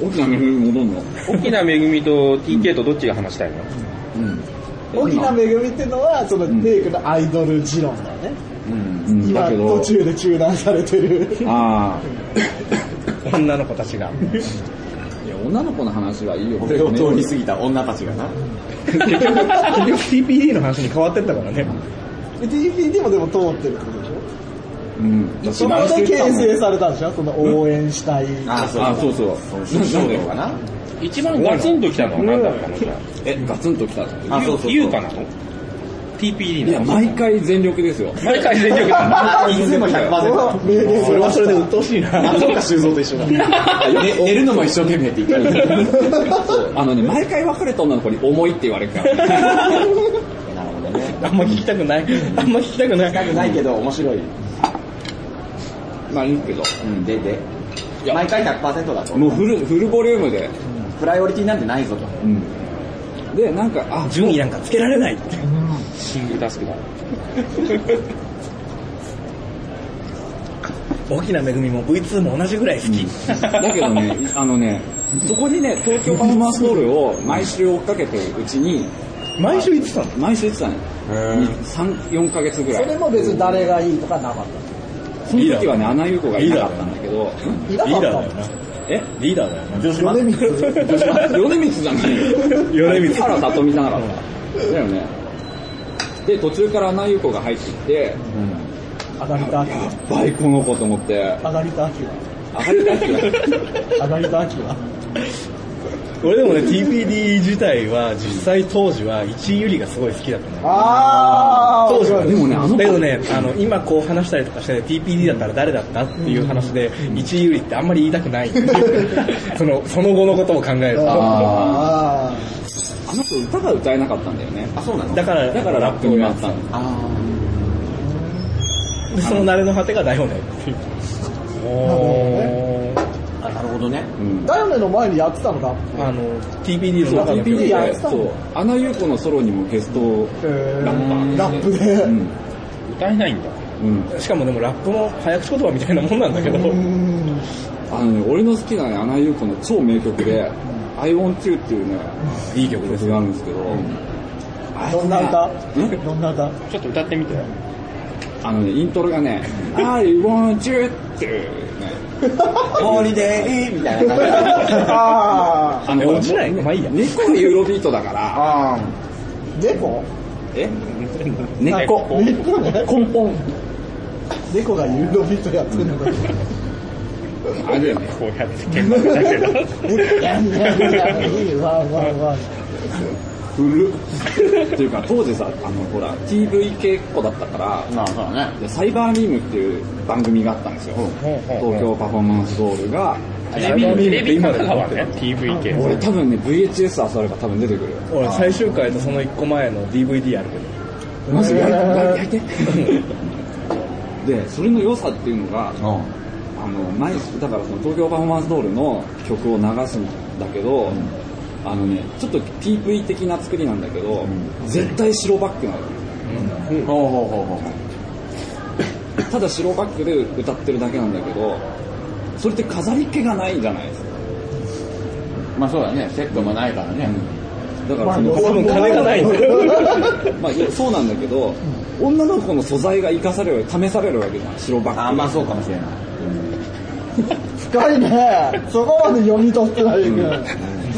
S3: 大きな目に戻んの
S2: 大きな恵みと TK とどっちが話したいの
S4: うん。
S5: 大きな恵みってのは、そのテイクのアイドル持論だよね。
S4: うん。
S3: うん、
S5: 今
S3: だけど
S5: 途、中で中断されてる。
S3: あ
S6: 女の子たちが。
S3: あ、いや、女の子の話はいいよ。
S4: 俺を通り過ぎた女たちがな。
S6: 結局、結局 TPD の話に変わってったからね。
S5: TPD もでも通ってるってことでしょ
S3: うん。だし
S5: そこで形成されたんでしょその応援したい。
S4: あ
S3: あ、そうそう。そうだよ
S4: かな
S2: 一番ガツンときたのは何だったのじゃ
S3: え、ガツンときた。
S2: あ。
S4: あ
S2: ゆ
S4: そううそうそう
S2: ゆうかなの ?TPD
S3: い
S2: な
S3: や、
S2: の
S3: 毎回全力ですよ。
S2: 毎回全力だ。
S4: いつも100%
S5: その名言
S6: それはそれで鬱陶しいな。
S4: 松岡修造と一緒だ。ね寝るのも一生懸命って言ってる。
S3: あのね、毎回別れた女の子に重いって言われるから。
S4: なるほどね。
S6: あんま聞きたく ない。あんま聞きたくな。
S4: ないくないけど面白い。
S3: まあいいけど。
S4: うん、で、で。毎回100%だと。
S3: もうフル、フルボリュームで。
S4: プライオリティなんてないぞと。
S3: うん。で、なんか、あ、
S6: 順位なんかつけられない。
S2: シングルタスクだ。
S6: 大きな恵みも V2 も同じぐらい好き。
S3: だけどね、あのね、そこにね、東京パフォーマンスホールを毎週追っかけてるうちに、
S6: 毎週言ってたの
S3: 毎週行ってたね。3、4ヶ月ぐら
S5: そ
S3: い。
S5: れも別に誰がいいとかなかっ
S3: その時はね、アナ優子がいなかったんだけど、
S5: た。
S6: リ
S5: いなか
S6: ーダ
S5: っ
S6: ー
S5: た
S6: だよな。
S3: え
S6: リーダーだよな。
S5: 米光。
S3: 米光じゃないよ。
S6: 米光
S3: 原里美じゃなかった。だよね。で、途中からアナユコが入ってきて、
S5: アダリタアキ
S3: やっばい、この子と思って、
S5: アダリタアキは
S3: 上がりたって言われて
S5: アダリタアキは
S6: 俺でもね、TPD 自体は、実際当時は、一位ゆりがすごい好きだったね。
S5: あ
S6: 当時は
S3: でもね、あの
S6: だけ
S3: 子、
S6: どね、あの、今こう話したりとかして、TPD だったら誰だったっていう話で、一位有利ってあんまり言いたくない。その、その後のことを考えると。
S5: あ
S3: あの子歌が歌えなかったんだよね。あ、そうなの
S6: だから、
S3: だからラップになったんだ。
S6: でその慣れの果てがだよねっていう。
S3: うん。
S5: ダイオネの前にやってたのか
S6: あの、TPD
S3: そう、
S6: の中の
S3: TPD
S6: 曲
S5: やっ
S3: で、
S5: てたの
S3: そう、アナユコのソロにもゲスト
S5: へー
S3: ラッパー
S5: ラップで
S3: う。ん。
S2: 歌えないんだ。
S3: うん。
S6: しかもでもラップの早口言葉みたいなもんなんだけど、
S5: うん
S3: あのね、俺の好きなね、アナユーコの超名曲で、I Want You っていうね、いい曲ですがあるんですけど、あれね
S5: どんな歌
S3: ん
S5: どんな歌
S2: ちょっと歌ってみて。
S3: あのね、イントロがね、I Want You っていうね、
S4: ホーリデーみたいな感じで。
S5: あ
S3: あの、
S6: 落ちないまあいいや。
S3: 根っこがユーロビートだから、
S5: ー猫
S3: え根っこ。
S5: 猫ね根本猫がユーロビートやってるのか
S3: あれだよね。
S2: こうやって鍵盤だけど。
S5: いやいやいやいいわわわ
S3: 古っ。 っていうか、当時さ、あの、ほら、TV 系っ子だったから、
S4: まあ、そうだね。
S3: でサイバービームっていう番組があったんですよ。東京パフォーマンスホールが、
S2: テレビ、テレビ香川ね。TV 系。
S3: 俺多分ね、VHS あさるから多分出てくるよ。
S6: 俺最終回とその一個前の DVD あるけど、
S3: マジで焼いて。で、それの良さっていうのが、あの、毎日、だからその東京パフォーマンスドールの曲を流すんだけど、あのね、ちょっと PV 的な作りなんだけど、絶対白バックなの。
S4: ほうほうほうほう。
S3: ただ白バックで歌ってるだけなんだけど、それって飾り気がないじゃないですか。
S4: まあそうだね、セットもないからね。
S3: だからその、
S6: 多分金がないんだよ。
S3: まあ、いやそうなんだけど、女の子の素材が生かされる、試されるわけじゃん、白バック。
S4: あまあそうかもしれない。
S5: 深いねそこまで読み取ってないけど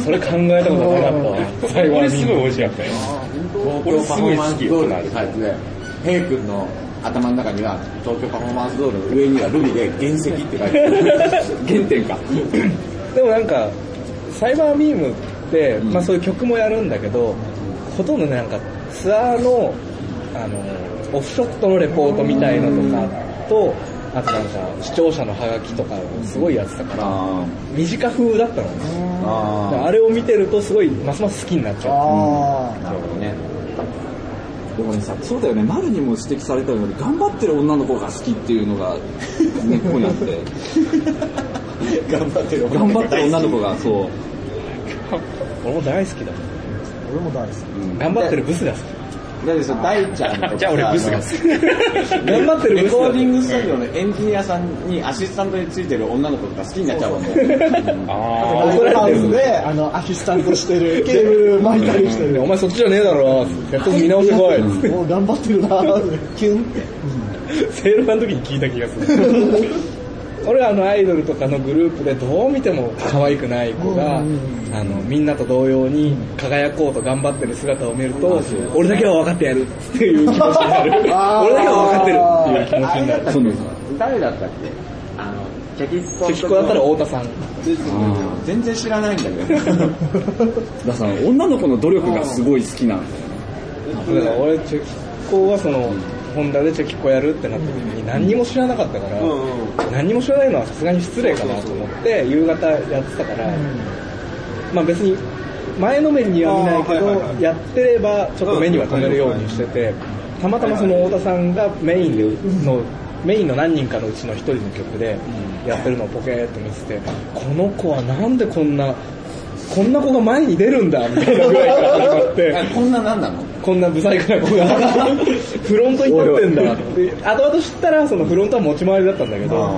S6: それ考えたことなかったわ。最後
S2: 俺
S6: に
S2: すごい美味しかったよ。
S4: 東京パフォーマンスドールってタイプで、ヘイ君の頭の中には、東京パフォーマンスドールの上にはルビで原石って書いてあ る。
S3: 原点か。
S6: でもなんか、サイバーミームって、まあそういう曲もやるんだけど、ほとんどね、なんかツアーの、あの、オフショットのレポートみたいのとかと、あとなんか視聴者のハガキとかをすごいやってたから、
S4: あ
S6: 短風だったのね。
S4: ー
S6: だから
S4: あ
S6: あれを見てるとすごいますます好きになっちゃう。
S5: あ
S4: ー。なるほどね。
S3: でもねさ、そうだよね、マルにも指摘されたように、頑張ってる女の子が好きっていうのが根っこにあって、
S4: 頑張ってる
S3: 頑張ってる女の子がそう、
S6: 俺も大好きだもん。
S5: あ俺も大好き
S6: 頑張ってるブスが好き。
S4: だってさ、大ちゃんとかさ。
S2: じゃあ俺ブスが
S4: 好き。
S6: 頑張ってるブ
S4: レ
S6: スだ
S4: コーディングスタジオのエンジニアさんにアシスタントについてる女の子とか好きになっちゃうもんね。
S2: あ
S5: ライブハウスであのアシスタントしてるケーブル巻いたりしてる
S6: お前そっちじゃねえだろ、やっと見直してこい。
S5: もう頑張ってるなーキュンって
S6: セールマンの時に聞いた気がする。俺はあのアイドルとかのグループでどう見ても可愛くない子が、あの、みんなと同様に輝こうと頑張ってる姿を見ると、俺だけは分かってやるっていう気持ちになる。 俺だけ
S5: あー
S6: は分かってるっていう気持ちになる。
S3: その、
S4: 誰だったっけあの、チェキス
S6: チェキコだったら太田さん。
S4: 全然知らないんだけど。
S3: だからさ女の子の努力がすごい好きなんだよね。
S6: だから俺、チェキコはその、ホンダでチェキコやるってなった時に何にも知らなかったから、何にも知らないのはさすがに失礼かなと思って、夕方やってたから、まあ別に、前のめりには見ないけど、やってればちょっと目には留めるようにしてて、たまたまその太田さんがメインでの、メインの何人かのうちの一人の曲でやってるのをポケーっと見てて、この子はなんでこんな、こんな子が前に出るんだみたいなぐらいから始まって、
S4: こんななんなの
S6: こんなブサイクな子 がフロントに立ってんだって後々知ったらそのフロントは持ち回りだったんだけど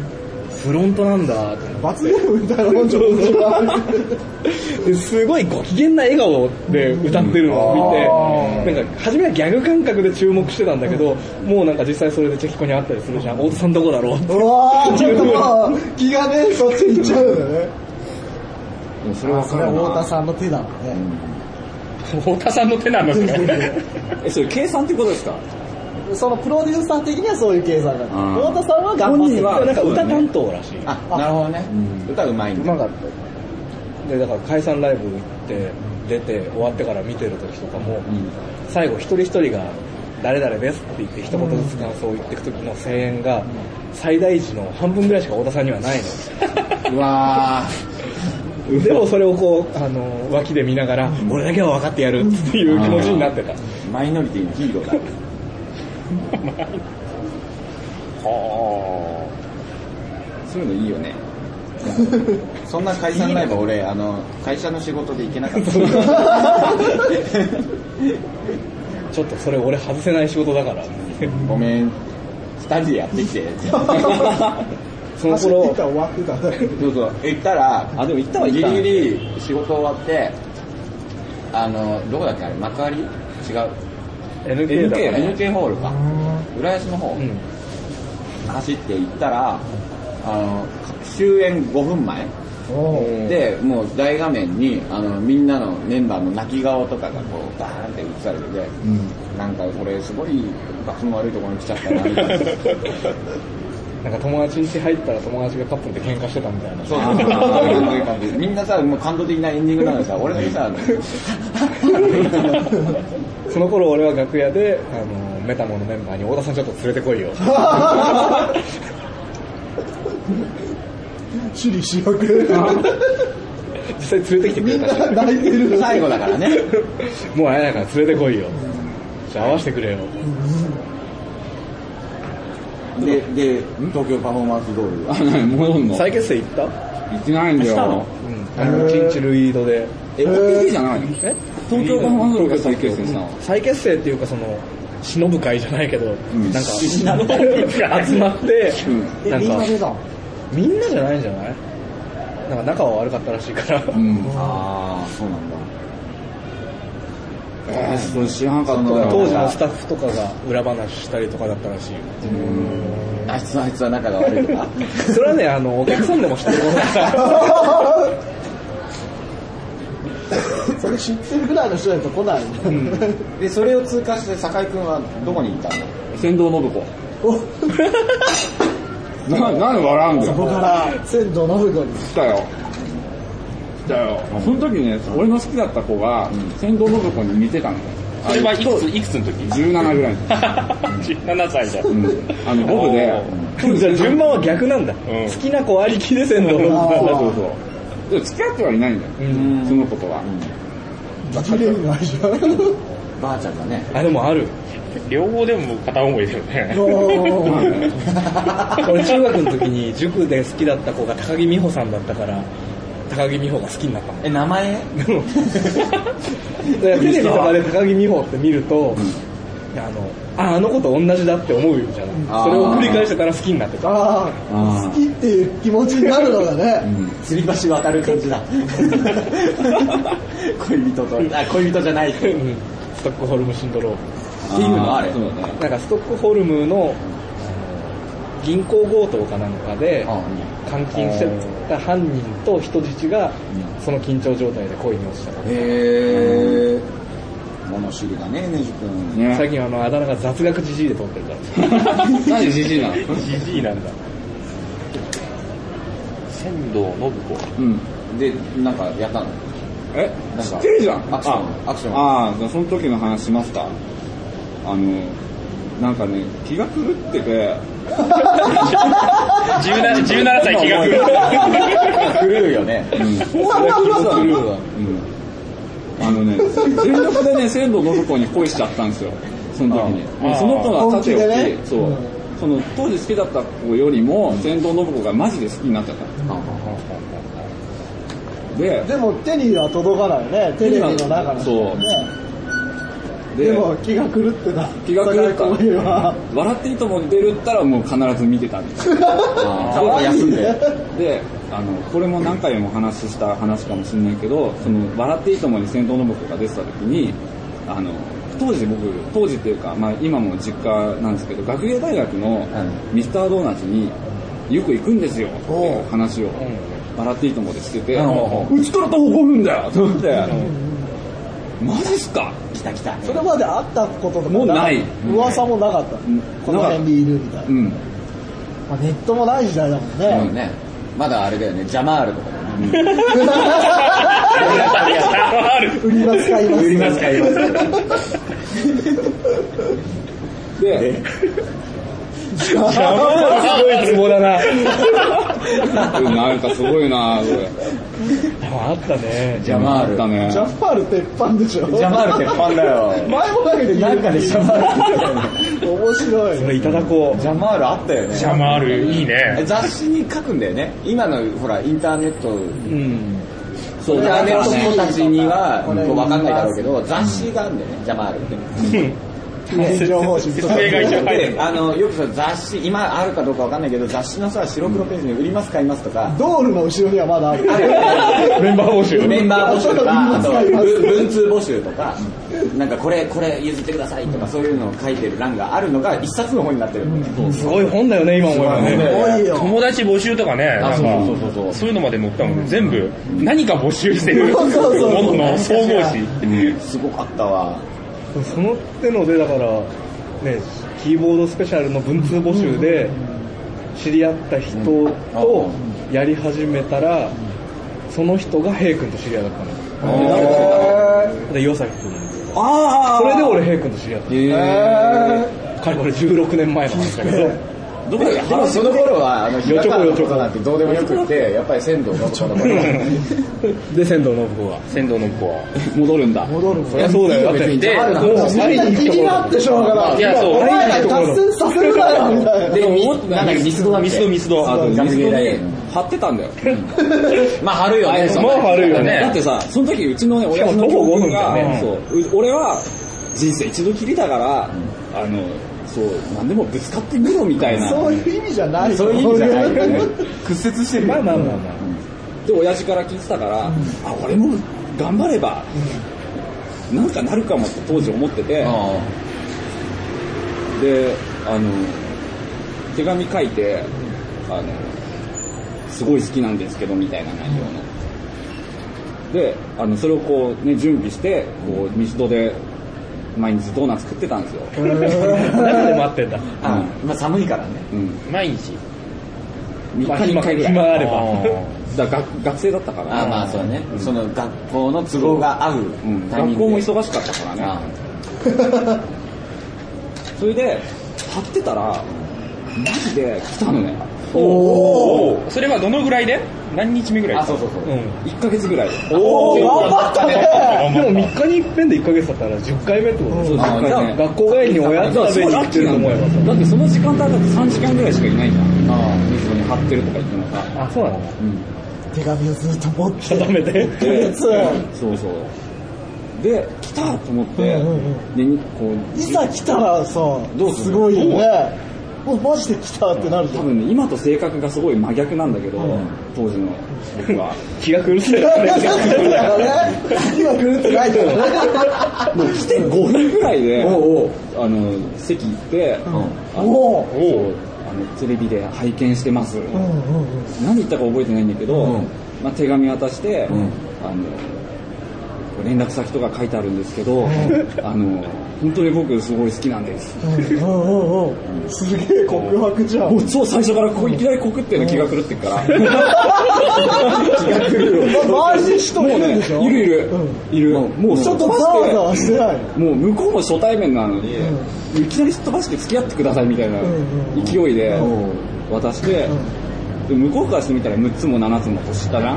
S6: フロントなんだと思
S5: 罰ゲームみたいなもんちょっ
S6: ってですごいご機嫌な笑顔で歌ってるのを見てなんか初めはギャグ感覚で注目してたんだけどもうなんか実際それでチェキコに会ったりするじゃん太田さんどこだろうって
S5: とうわーちょっともう気がねそっち行っちゃうよね
S3: でもそれは
S5: それは太田さんの手だもんね
S2: 太田さんの手なんです ね。
S3: え、それ計算ってことですか
S5: そのプロデューサー的にはそういう計算が
S4: ん
S5: 太田さんは頑張って
S3: 本人
S5: る
S3: は
S6: なんか歌担当らしい。
S4: あ、なるほどね。歌うまいん
S6: う
S4: だ。
S6: まかった。で、だから解散ライブ行って、出て、終わってから見てる時とかも、最後一人一人が、誰々ですって言って一言ずつ感想を言っていく時の声援が、最大時の半分ぐらいしか太田さんにはないの。
S4: うわ
S6: でもそれをこう、あの、脇で見ながら、俺だけは分かってやるっていう気持ちになってた。
S4: ーマイノリティのヒ ーローだ。はあ。そういうのいいよね。そんな解散ライブ俺、あの、会社の仕事で行けなかった。
S6: ちょっとそれ俺外せない仕事だから。
S4: ごめん、二人でやってき て。
S6: その
S5: 走ってい
S6: 頃
S5: っ、たら終わってたね
S4: そうそう、行ったら、
S3: あでも行ったは行った
S4: ギリギリ仕事終わって、あの、どこだっけあれ、幕張違う。
S6: NK だから
S4: NK ホールか。浦安の方、
S6: うん
S4: 走って行ったら、あの、終演5分前で、もう大画面に、あの、みんなのメンバーの泣き顔とかがこう、バーンって映されてて、なんかこれすごい、ガスの悪いところに来ちゃったな、み たいな。
S6: なんか友達に家入ったら友達がカップルで喧嘩してたみたいな。
S4: そうそうそうそういう感じ。みんなさ、もう感動的なエンディングなのにさ、俺だけさ、
S6: その頃俺は楽屋で、あの、メタモのメンバーに、太田さんちょっと連れてこいよ。
S5: 私利私欲
S6: 実際連れてきてくれたし、
S5: 泣いてる
S4: 最後だからね。
S6: もう会えないから連れてこいよ。じゃあ会わせてくれよ。
S4: で、で、東京パフォーマンスドール。
S3: 戻んの
S6: 再結成行った
S3: 行ってないんだよ。
S6: うん。あの、チンチルイードで。
S3: え、OPD じゃないの
S6: え
S3: 東京パフォーマンスロケ再結成したの
S6: 再結成っていうかその、忍ぶ会じゃないけど、なんか、集
S3: 忍
S6: まって、
S5: え
S6: なん
S5: みんな出
S6: か、
S5: たの
S6: みんなじゃないんじゃないなんか仲は悪かったらしいから。
S3: うん。
S4: ああ、そうなんだ。
S3: えー、それ知らなかった
S4: その
S6: 当
S3: よ。
S6: 時のスタッフとかが裏話したりとかだったらしいよ。
S4: あいつはあいつは仲が悪い とか。
S6: それはね、あの、お客さんでも知ってることだから。
S5: それ知ってるぐらいの人だと来ない
S4: で、それを通過して、酒井くんはどこに行ったの
S3: 先導信子。な、なんで笑うんだ
S5: そこ
S3: よ。
S5: から仙道信子に
S3: 来たよ。来たよ。その時ね、俺の好きだった子が、先導信子に似てたんだよ。
S2: それはいくつ、いくつの時
S3: 17ぐらいの時
S2: ?17 歳だ。
S3: うんあの、僕で、
S6: じゃあ順番は逆なんだ。
S2: ん
S6: 好きな子ありきでせんの。
S3: そうそうそう。でも付き合ってはいないんだよ。その子とは。
S5: 綺麗にないじゃん
S4: ばあちゃんがね。
S6: あ、でもある。
S2: 両方でも片思いだよね。
S5: おー
S6: 俺中学の時に塾で好きだった子が高木美帆さんだったから、高木美帆が好きになったの。
S4: え、名前
S6: テレビとかで高木美帆って見ると、あの、あ、あの子と同じだって思うじゃない。
S4: あー
S6: それを繰り返してたら好きになってた。
S5: ああ好きっていう気持ちになるのがね
S4: 吊り橋渡る感 じだ。恋人と、あ、恋人じゃない人。っ
S6: うんストックホルムシンドローム。
S4: ていうのある。
S3: そうだね。
S6: なんかストックホルムの銀行強盗かなんかで
S4: あ
S6: 監禁してた犯人と人質がその緊張状態で恋に落ちたから
S4: へー。物知りだね、ねじくん。
S3: ね。
S6: 最近あのあだ名が雑学じじいで撮ってるから
S3: なんでじじいなの
S2: じじいなんだ。仙道信子。
S3: うん。
S4: で、なんかやったの
S3: え
S4: なん
S3: 知
S4: か
S3: ってるじゃん
S4: アクション
S3: あ
S4: アクション
S3: ああじゃあその時の話しますかあのなんかね気が狂って て
S2: 17, 17歳気が狂う。
S4: 狂うよね。
S3: うんそれは気が狂うわうんあのね全力でね仙道信子に恋しちゃったんですよその時に
S2: ああ
S3: その子が立て置
S5: 本気でね
S3: きそうその当時好きだった子よりも仙道信子がマジで好きになっちゃったで
S5: でも手には届かないよねテレビの中の
S3: そう
S5: ね
S3: で
S5: でも気が狂ってた
S3: 気が狂った
S5: 高木は
S3: 笑っていいと思ってるったらもう必ず見てたんです よ
S4: 顔が休んで。
S3: であのこれも何回も話した話かもしれないけど「その笑っていいとも」に先頭信子が出てた時にあの当時僕当時っていうか、まあ、今も実家なんですけど学芸大学のミスタードーナツによく行くんですよっていう話を「笑っていいとも」でしてて「うちから徒歩5分だよ!」と思って。マジっすか
S4: 来た来た。
S5: それまであったこととか
S3: もうない
S5: 噂もなかった
S3: ん
S5: この辺にいるみたいな
S3: うん。
S5: まあネットもない時代だもんね、
S4: うんね。まだあれだよね、ジャマールとかだよね。
S5: 売ります買います
S4: 売ります買います
S3: で、
S6: すごいツボだな。
S3: うんなんかすごいなこれ。
S6: あったね。
S4: ジャマー
S3: あ
S4: ル。
S3: ったね
S5: ジ。ャパール鉄板でしょ
S4: ジャマール鉄板だよ。
S5: 前もだけで
S4: なんかでジャマールって
S5: 面白い
S6: これいただこ
S4: ジャマールあったよね。
S2: 邪魔ある、いいね。
S4: 雑誌に書くんだよね。今のほら、インターネット、
S6: う。うん。
S4: インターネットの子たちには、こ
S5: これ
S4: うわかんないだろうけど、雑誌があるんだよね、ジャマールって。
S5: ね情報誌
S2: 説明が一応入る
S4: で、。あの、よくさ、雑誌、今あるかどうかわかんないけど、雑誌のさ、白黒ページに売ります買いますとか、
S5: ドールの後ろにはまだある
S6: メンバー募集。
S4: メンバー募集とか、あと、
S5: あそう
S4: 文文通募集とか、なんかこれ、これ譲ってくださいとか、そういうのを書いてる欄があるのが、一冊の本になってるのね。
S6: すごい本だよね、今思えばね。
S5: 多いよ
S2: 友達募集とかね、なんか
S4: そうそうそうそう
S2: そういうのまで載ったもんね。全部、何か募集してる
S5: そうそうそう
S2: ものの総合誌。
S4: すごかったわ。
S6: その手のでだから、ね、キーボードスペシャルの文通募集で、知り合った人とやり始めたら、その人がヘイ君と知り合いだったの。で、岩崎君。
S5: あ
S6: それで俺ヘイ君と知り合った。かれこれ16年前の話だけど、
S4: どこでもその頃は、あの、
S6: よちょこよちょこ
S4: なんてどうでもよくって、やっぱり鮮度がちょこ
S6: で、仙道信子が。
S2: 仙道の子は。
S3: 戻るんだ。
S5: 戻るもん
S6: いや、そうだよ。だって、
S2: で、
S6: もう、
S5: みんな気になってしょうがない
S2: いや、そう
S5: お。前らに達成させるなよみたいな
S4: で、みなんだっけミスドだっけ
S2: ミスド、ミスド。
S3: あと、ミ
S4: ガス
S3: ス
S4: ゲ
S3: ト
S4: ー
S3: に
S4: だよ
S3: 貼ってたんだよ。
S4: まあ、貼るよね。
S3: そう
S4: まあ
S6: まあ悪いよね
S3: だってさ、その時うちのね、親父の
S6: しかも徒歩
S3: 教
S6: 5分
S3: 訓
S6: だ
S3: が、
S6: よね
S3: そうう俺は人生一度きりだから、あの、そう、なんでもぶつかってみろみたいな。
S5: そういう意味じゃない
S4: そういう意味じゃないよね。
S3: 屈折してる
S6: まあまあまあまあ。
S3: で、親父から聞いてたから、あ、俺も頑張れば、なんかなるかもって当時思ってて、で、あの、手紙書いて、あの、すごい好きなんですけど、みたいな内容の。で、あの、それをこうね、準備して、こう、ミスドで、毎日ドーナツ食ってたんですよ。
S6: 中で待ってんだ。
S4: あまあ、寒いからね。
S3: うん。
S2: 毎日。
S3: 3日に1回ぐらい。
S6: 暇があれば。
S3: だから学学生だったから。
S4: あまあ、そうだね。その学校の都合が合う
S3: うん。
S4: タイミン
S3: 学
S4: グ
S3: 校も
S4: で
S3: 忙しかったからね。
S4: あ
S3: それで、貼ってたら、マジで来たのね。
S2: おお。それはどのぐらいで何日目ぐらい
S4: あ、そうそうそう。
S6: うん。
S3: 1ヶ月ぐらいで。
S5: おー頑張ったね
S6: でも3日に一遍で1ヶ月だったら10回目ってことでしょ
S3: そう
S4: あ
S3: 10回目
S4: じゃ
S6: 学校帰りにおやつ食べに行ってると思えばさ。
S3: だってその時間帯だって3時間ぐらいしかいないじゃん。水に張ってるとか言ってもさ。
S6: あ、そうなの
S5: 手紙をずっと持って
S6: 定めて。
S3: で
S5: そう
S3: そうそう。で、来たと思って
S5: うんうんう、
S3: で、にこう、
S5: いざ来たらさ
S3: どうする
S5: すごいよねもうマジで来たってなるじ
S3: 多
S5: ゃ ん
S3: 分ね、今と性格がすごい真逆なんだけど、当時の僕は。
S6: 気が狂ってる。
S5: 今狂ってないけどね
S3: もう来て5分ぐらいで、あの、席行って、あの
S5: おう
S3: そうあのテレビで拝見してます。
S5: うんうんうん
S3: 何言ったか覚えてないんだけど、
S4: うん
S3: まあ、手紙渡して、
S4: ん
S3: あの連絡先とか書いてあるんですけど、あの本当に僕すごい好きなんです、
S5: うんうんうんうんすげえ告白じゃん
S3: もう超最初からこういきなり告ってるの 気が狂ってっから、気が狂うよ
S5: 周りに人いるんでしょ
S3: いるいる、いるもう
S5: ちょっとざわざわしてない
S3: もう向こうも初対面なのに、いきなりすっ飛ばして付き合ってくださいみたいな
S5: うんうん
S3: 勢いで渡して、で向こうからしてみたら6つも7つも年下な、
S6: っ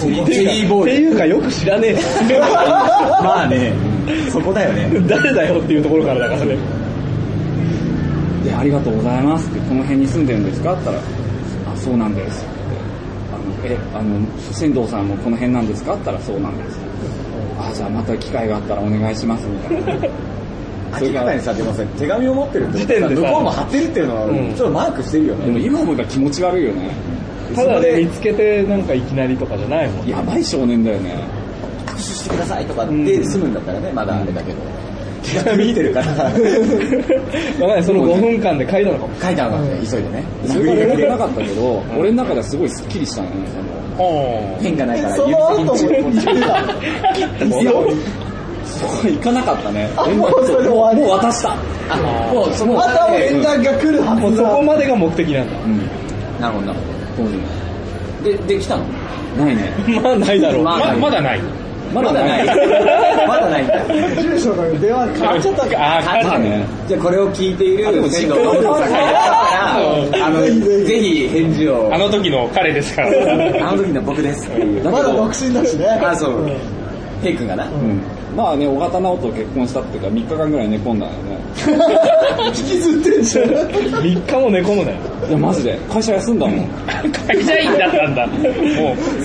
S6: ていうかよく知らねえし
S4: まあね、そこだよね。
S6: 誰だよっていうところからだからね。
S3: で、ありがとうございますって、この辺に住んでるんですかって言ったら、あ、そうなんですって。あの、え、あの、仙道さんもこの辺なんですかって言ったら、そうなんですって。あ、じゃあまた機会があったらお願いしますみた いな。
S4: 明らかにさ、でもさ、手紙を持ってるってこと
S6: 時点でさ
S4: 向こうも貼ってるっていうのは、
S6: うん
S4: ちょっとマークしてるよ
S3: でも
S4: ね。
S3: 今思えば気持ち悪いよね。
S6: ただで見つけてなんかいきなりとかじゃないもん。
S3: やばい少年だよね。
S4: 握手してくださいとかって済むんだったらね、まだあれだけど。手紙見 てるから、
S6: わかんない、その5分間で書いた のかも。
S4: 書いたのが急いでね。
S3: それが良くなかったけど、俺の中ではすごいスッキリしたのね。
S2: おー
S4: ペンがないから、
S5: その後も
S4: 指先に
S5: 行ってた
S4: 一応そこ行かなかったね。
S5: もうそれで終わり
S3: もう渡した。
S4: あ、もう、その、
S5: またもう連絡が来るは
S6: もう
S5: ず
S6: そ
S5: だ
S6: こまでが目的なんだ。
S4: うん。なるほど、なるほど。で、できたのないね。
S6: まあないだろう。
S4: まあ
S2: ままだない。
S4: まだない。まだないんだ。
S5: 住所の電話か
S2: あ、ちょっと、あ、帰ったね。
S4: じゃあこれを聞いている先導のさんから、あの、ぜひ返事を、
S2: あの時の彼ですから。
S4: あの時の僕ですっていう。
S5: まだ独身だしね
S4: あ、そう。ヘイ君がな。
S3: まあね、小型直人と結婚したっていうか、3日間ぐらい寝込んだよね。
S5: 引きずってんじゃん
S6: 3日も寝込むなよ。
S3: いや、マジで。会社休んだ もん。
S2: 会社員だったんだ。も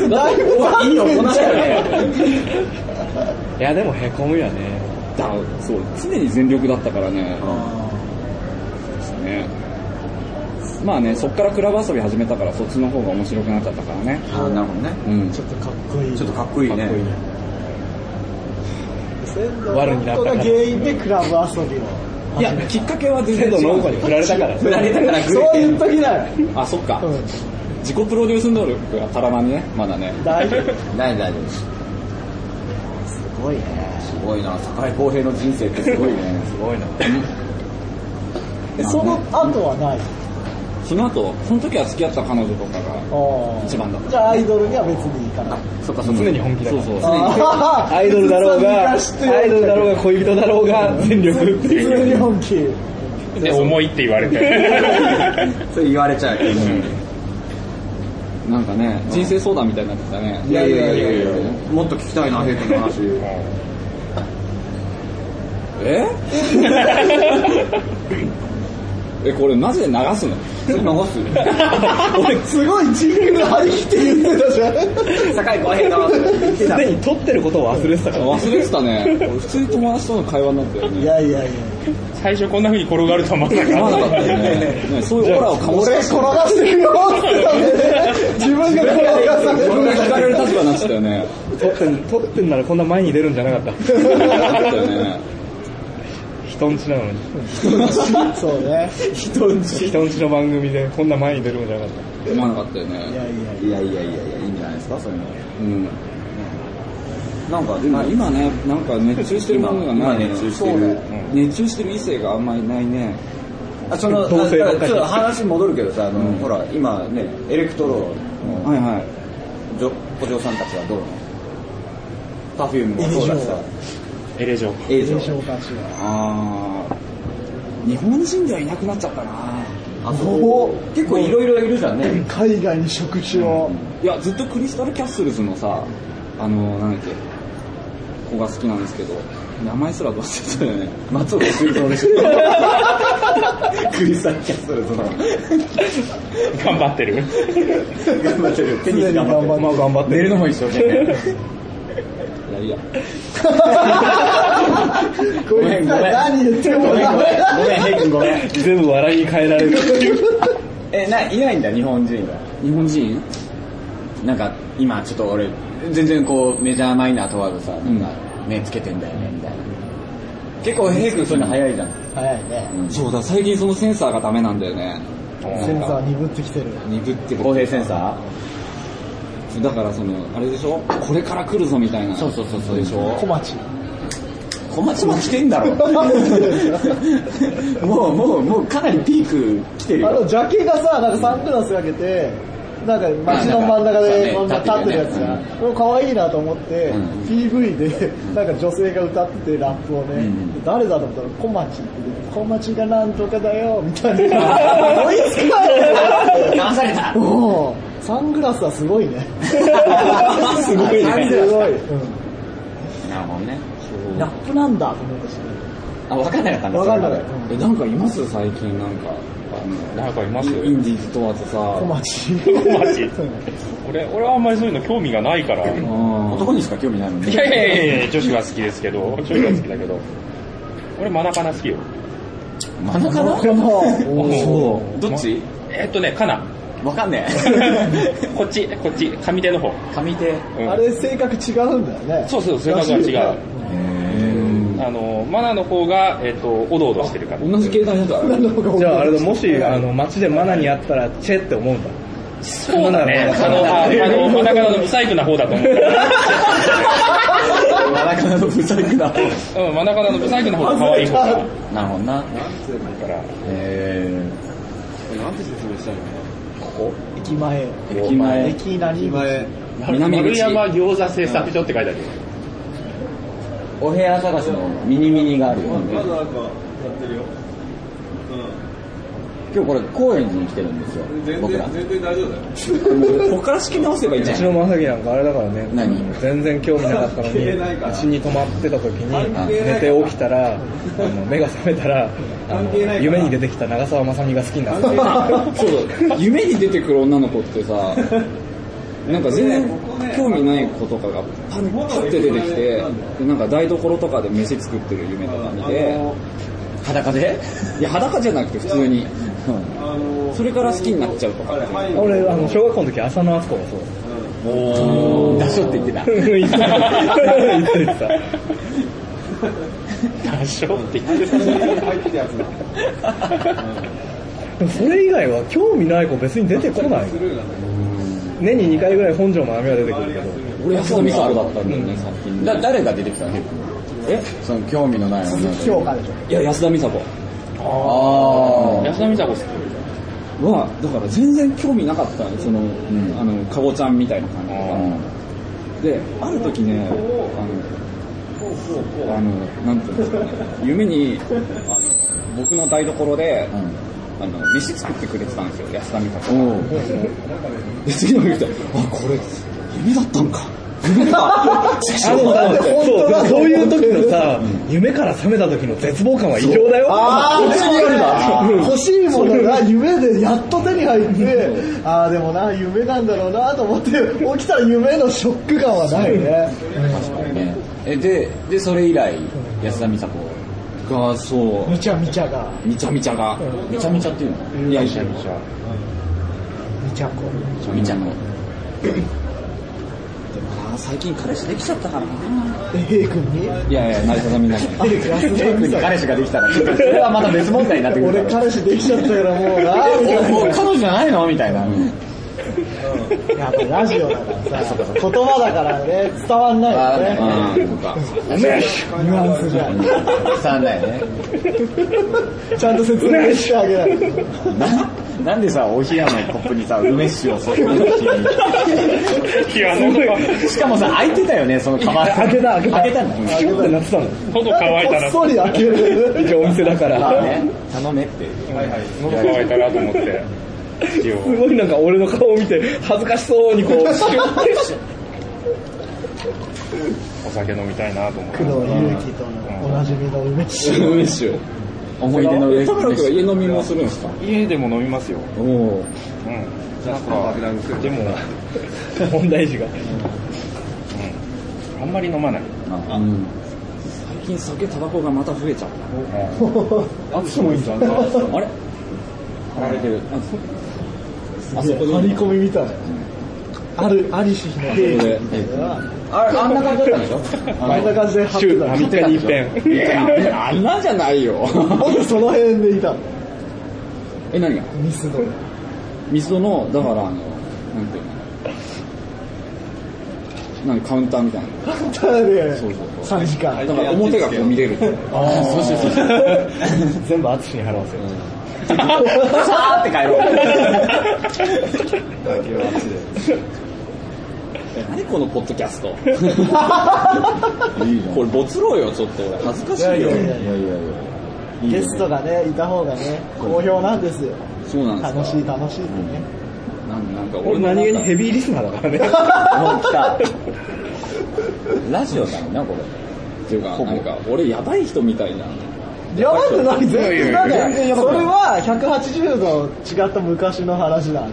S2: う、
S5: だいぶ
S4: いいよ、この人
S6: いや、でもへこむよね。
S3: だそう、常に全力だったからね。ですね。まあね、そっからクラブ遊び始めたから、そっちの方が面白くなっちゃったからね。
S4: あ、なるほどね。
S3: うん。
S5: ちょっとかっこいい
S4: ちょっとかっこいいね。
S5: 先導
S6: 悪になったから
S5: が原因でクラブ遊びを
S3: いや、きっかけは全
S6: 先
S3: 然
S6: 導
S3: 違
S6: の
S3: う
S6: 子に振られたから。
S4: 振られたからグレ
S5: そう
S4: て
S5: いう時だよ
S3: あ、そっか。
S5: うん
S3: 自己プロデュース能力が足らないね、まだね。
S5: 大丈夫
S4: ない大丈夫す
S5: すごいね
S4: ごいな坂井康平の人生ってすごいね すごいな
S5: えその後はない
S3: その後、その時は付き合った彼女とかが、
S5: ああ
S3: 一番だった
S5: じゃあアイドルには別にいいかな
S4: そっかそっか
S6: 常に本気だから
S3: そうそう
S5: あー
S6: アイドルだろうが、ア
S5: ずっと昔と言われ
S6: イ
S5: て
S6: ドルだろうが、恋人だろうが、全力って
S5: 普通
S6: い
S5: に
S6: う。
S5: 本気
S2: で、重いって言われて。
S4: それ言われちゃう
S3: なんかね、人生相談みたいになってきたね。
S4: いやいやいやいやもっと聞きたいな平君の話
S3: え え、これマジで流すの
S4: それ 流
S5: すごいジングル張り切って言ってたじゃん
S4: す坂井康平の
S6: すでに撮ってることを忘れてたから。
S3: 忘れてたね。俺普通に友達との会話になったよ
S5: い
S3: ね。
S5: やいやいや
S2: 最初こんな風に転がるとは思わな
S3: 思わな
S2: か
S3: か
S2: っ
S3: ったた
S2: よ
S3: よ
S2: ね。
S3: ね。ねそういうオーラを醸し
S5: 俺
S3: 出
S5: 転がしてるよって言ったんでね自分が転がされ
S3: 自分が聞かれ
S5: る
S3: る立場になってたよね。
S6: 撮ってん、撮ってんならこんな前に出るんじゃなかった。
S3: あったよね。
S6: 人んちなのに。
S5: そうね
S6: 人んち。人んちの番組でこんな前に出るんじゃなかった。
S3: 思わなかったよ
S5: い
S3: ね。
S5: やいやい
S4: いやいやいやいやいいんじゃないですかそういうの
S3: うん。
S4: なんか
S3: まあ今ね、なんか熱中してるものがないね。
S4: 今熱中して
S3: そ
S4: る
S3: うね熱中してる異性があんまりいないね。
S4: あその
S6: 同性ばっかり
S4: ちょっと話戻るけどさあの、ほら今ねエレクトロの
S3: はいはい。
S4: じょお嬢さんたちはどうなのパフュームもそうだしさ
S2: エレジョ。
S4: エイジ
S5: や
S4: ョ
S5: 紹介しよう
S3: あー、日本人ではいなくなっちゃったな。
S4: あそう結構いろいろいるじゃんね
S5: 海外に職種を
S3: いや、ずっとクリスタルキャッスルズのさ、あの、なんだっけ、子が好きなんですけど、名前すらどうしてたよね。
S4: 松岡修造で しょクリスタルキャッスルズの
S2: 頑張ってる。
S4: 頑張ってるテニス
S5: 常に
S4: 頑張って
S5: 頑張
S4: る
S6: まあ頑張って
S4: 寝るのも一生懸命
S3: いやいや。
S5: ってこい
S4: めん
S5: つ
S4: ごめん
S5: 何言っても
S4: ごめん
S5: ダ
S4: ご
S5: メだ
S4: めんごめん平君ごめん
S6: 全部笑いに変えられる。
S4: えないないんだ日本人が
S3: 日本人
S4: なんか今ちょっと俺全然こうメジャーマイナー問わずさなんか目つけてんだよねみたいな結構平君そういうの早いじゃん
S5: 早いね
S3: そうだ、最近そのセンサーがダメなんだよね。
S5: センサー鈍ってきてる
S3: 鈍ってる
S4: 公平センサ
S3: だからその、あれでしょこれから来るぞみたいな。
S4: そうそうそうそうでしょ
S5: 小町
S4: ー小松も来てんだろ もうもうもうかなりピーク来てる
S5: あの
S4: よ
S5: ジャケがさなんかサングラスかけてなんか街の真ん中で
S4: まあ
S5: こんな
S4: なん
S5: 立
S4: か
S5: ってるやつが
S4: 立
S5: これ可愛いなと思って
S4: うん
S5: PV でなんか女性が歌っててラップをね
S4: ん
S5: 誰だと思ったら小町って出て小町がなんとかだよみた いな追いつかない
S4: 騙された
S5: おーサングラスはすごいね
S4: すごいね
S5: すごいうん
S4: なるほどね
S5: ラップなんだと思ったし
S4: あ分かんなかったんだ
S5: わかんなかっ
S3: え、なんかいます最近なんか。あ
S2: なんかいま
S3: の、
S2: す
S3: インディーズ問わずさ。
S5: た小町
S2: 小町 俺、俺はあんまりそういうの興味がないから。い
S3: うん
S4: 男にしか興味ないもんね
S2: やいやいやい や、女子は好きですけど、女子は好きだけど。俺、マナカナ好きよ。
S4: 真ん中
S5: この
S2: そ
S4: どっち
S2: えっとね、カナ。
S4: わかんね
S2: こっち、こっち、上手の方。
S4: え。上手。
S2: うん
S5: あれ性格違うんだよね
S2: そうそう、性格が違
S4: う
S2: う。
S4: ん
S2: あの、マナの方が、えっと、おどおどしてるから。
S3: 同じ携帯だから。
S6: じゃああれだ、もし、
S5: あ
S6: あの、街でマナに会ったら、チェって思うんだ。
S2: そうだね。あの、ああの、マナカナの不細工な方だと思う。
S4: マラカナのブサイクな方。
S2: うん、真ん中のブサイクの方が可愛い方が。だ
S4: なるほどな。
S2: から、
S4: え
S5: 駅前。
S4: ー、駅前。
S5: 駅何前。
S4: 南
S2: 丸
S4: 口。
S2: 山餃子製作所って書いてあるよ。
S4: お部屋探しのミニミニがあるよ、ね。
S8: なんか、やってるよ。
S4: 今日これ高円寺に来てるんですよ
S8: うん。全
S4: 僕ら
S8: 然、。全然大丈夫だよ。
S4: ここから仕切り直せばいいじゃ
S6: うちの正輝なんかあれだからね、
S4: 何
S6: 全然興味なかったのに、
S8: 関係ないから
S6: うちに泊まってた時
S4: 関
S6: に
S4: 係、
S8: ない
S6: 寝て起きたら、あの目が覚めたら、あ
S8: 関
S6: の
S8: 係ないから
S6: 夢に出てきた長澤まさみが好きになった。
S3: そうだ、夢に出てくる女の子ってさ、なんか全然興味ない子とかがパンパって出てきて、でなんか台所とかで飯作ってる夢とか見て、
S4: 裸で
S3: いや裸じゃなくて普通に、
S8: あの
S3: それから好きになっちゃうとか。
S8: あれ、入る。
S6: 俺、あの、小学校の時、浅野敦子がそう
S4: 出しょって言って た。
S6: 言ってた。 言ってた。
S2: 多少って言って た。
S8: 入ってたやつだ。
S6: でもそれ以外は興味ない子別に出てこない。年に2回ぐらい本庄まなみは出てくるけど。
S3: 俺安田美沙子だったんだよね、さっき
S4: だ誰が出てきたのえその興味のない女の子。
S5: 評価でしょ。
S3: いや、安田美沙子。
S4: あ
S2: 安田美沙子好き。
S3: は、だから全然興味なかった、その、
S4: ん
S3: あの、かぼちゃんみたいな感じ
S4: あ。うん
S3: で。で、ある時ね、あの、あの、なんていうんですかね、夢に、あの、僕の台所で、あの、飯作ってくれてたんですよ、安田美香子
S4: うん
S3: が。
S4: おう
S3: で、次の日見て、あ、これ、夢だったんか。夢だ
S6: あの さ、そう、そういう時のさ、夢から覚めた時の絶望感は異常だよ。
S5: ああ、次あるだ。欲しいものが夢でやっと手に入って、ああ、でもな、夢なんだろうなと思って、起きたら夢のショック感はないね。
S4: ねえ、で、で、それ以来、安田美沙子
S3: が、そ
S5: みちゃみちゃが、
S3: う、みちゃみちゃが。
S4: めちゃめちゃっていうの
S3: いや、みちゃみちゃ。
S5: みちゃこ。
S4: みちゃんの。
S3: あー最近彼氏できちゃったからな。
S5: え、ヘイ君に
S3: いやいや、成り畳みない。
S5: ヘイ君、安田美沙
S4: 彼氏ができたら、ちょっとそれはまた別問題になってくるから
S5: 俺彼氏できちゃったからもうな、みたい
S4: もう彼女じゃないのみたいな。
S5: な。やっぱラジオだからさ、言葉だからね、伝わんないよね。
S4: あー
S5: ニュアンスじゃ。
S4: 伝わんないね。
S5: ちゃんと説明してあげないと。
S4: ななんでさ、お冷やのコップにさ、梅酒を注ぐの
S2: いや、喉が、
S4: しかもさ、開いてたよね、そのカ バン。開けた、開けた。開けたんだ。
S6: シュンってなってたの。
S2: 喉乾いた
S5: こ
S2: な
S5: っ、そり開け る。
S6: 一応お店だから。
S4: まあね、頼めって。
S2: 喉乾いたなと思って。一応
S6: すごいなんか俺の顔を見て恥ずかしそうにこう、シュンってし
S2: お酒飲みたいなと思っ
S5: 工
S2: て。
S5: 藤祐樹とのおなじみの梅酒。
S3: 梅酒。
S4: 思い出の上
S3: 田村君は家飲みもするんですか
S2: 家でも飲みますよ。
S4: おお。
S2: うん。なんか、でも、
S6: 問題児が。
S2: あんまり飲まない。
S4: うん
S3: 最近酒、タバコがまた増えちゃっ
S6: あつもいいんじゃん。
S3: た。あれ離れてる。あ、そうあそこに
S5: 張り込みみたい。ある、ありし日の兵器っていうのは、
S4: あれ、あんな感じだったんでしょ
S5: あんな感じで張って
S6: 週
S5: た。
S6: 3日に一遍。
S3: いや、あんなじゃないよ。
S5: なんでその辺でいたの
S3: え、何が
S5: ミスドで。
S3: 水戸の、だからあの、なんていうのなんかカウンターみたいな。
S5: ただで、3時間。
S3: だから表がこう見れる。
S4: ああ、そうしようそうし よう。
S6: 全部淳に払わせる。
S4: さーって帰ろう。
S3: 何このポッドキャスト。
S4: いいじゃん。
S3: これ、没露よ、ちょっと。俺恥ずかしいよ。
S4: いやいやいや。
S5: ゲストがね、いた方がね、好評なんですよ。
S3: そうなん
S5: 楽
S3: です
S5: し
S3: か。
S5: い楽しいってね。
S3: なんなんか
S6: 俺何気にヘ
S3: ビ
S6: ビーリスナーだからね。
S4: もう来た。 ラジオだよな、これ。
S3: っていうか、なんか俺やばい人みたいじゃん。
S5: やばくない、全然だ
S3: いやいやいや
S5: ね。それは180度違った昔の話なん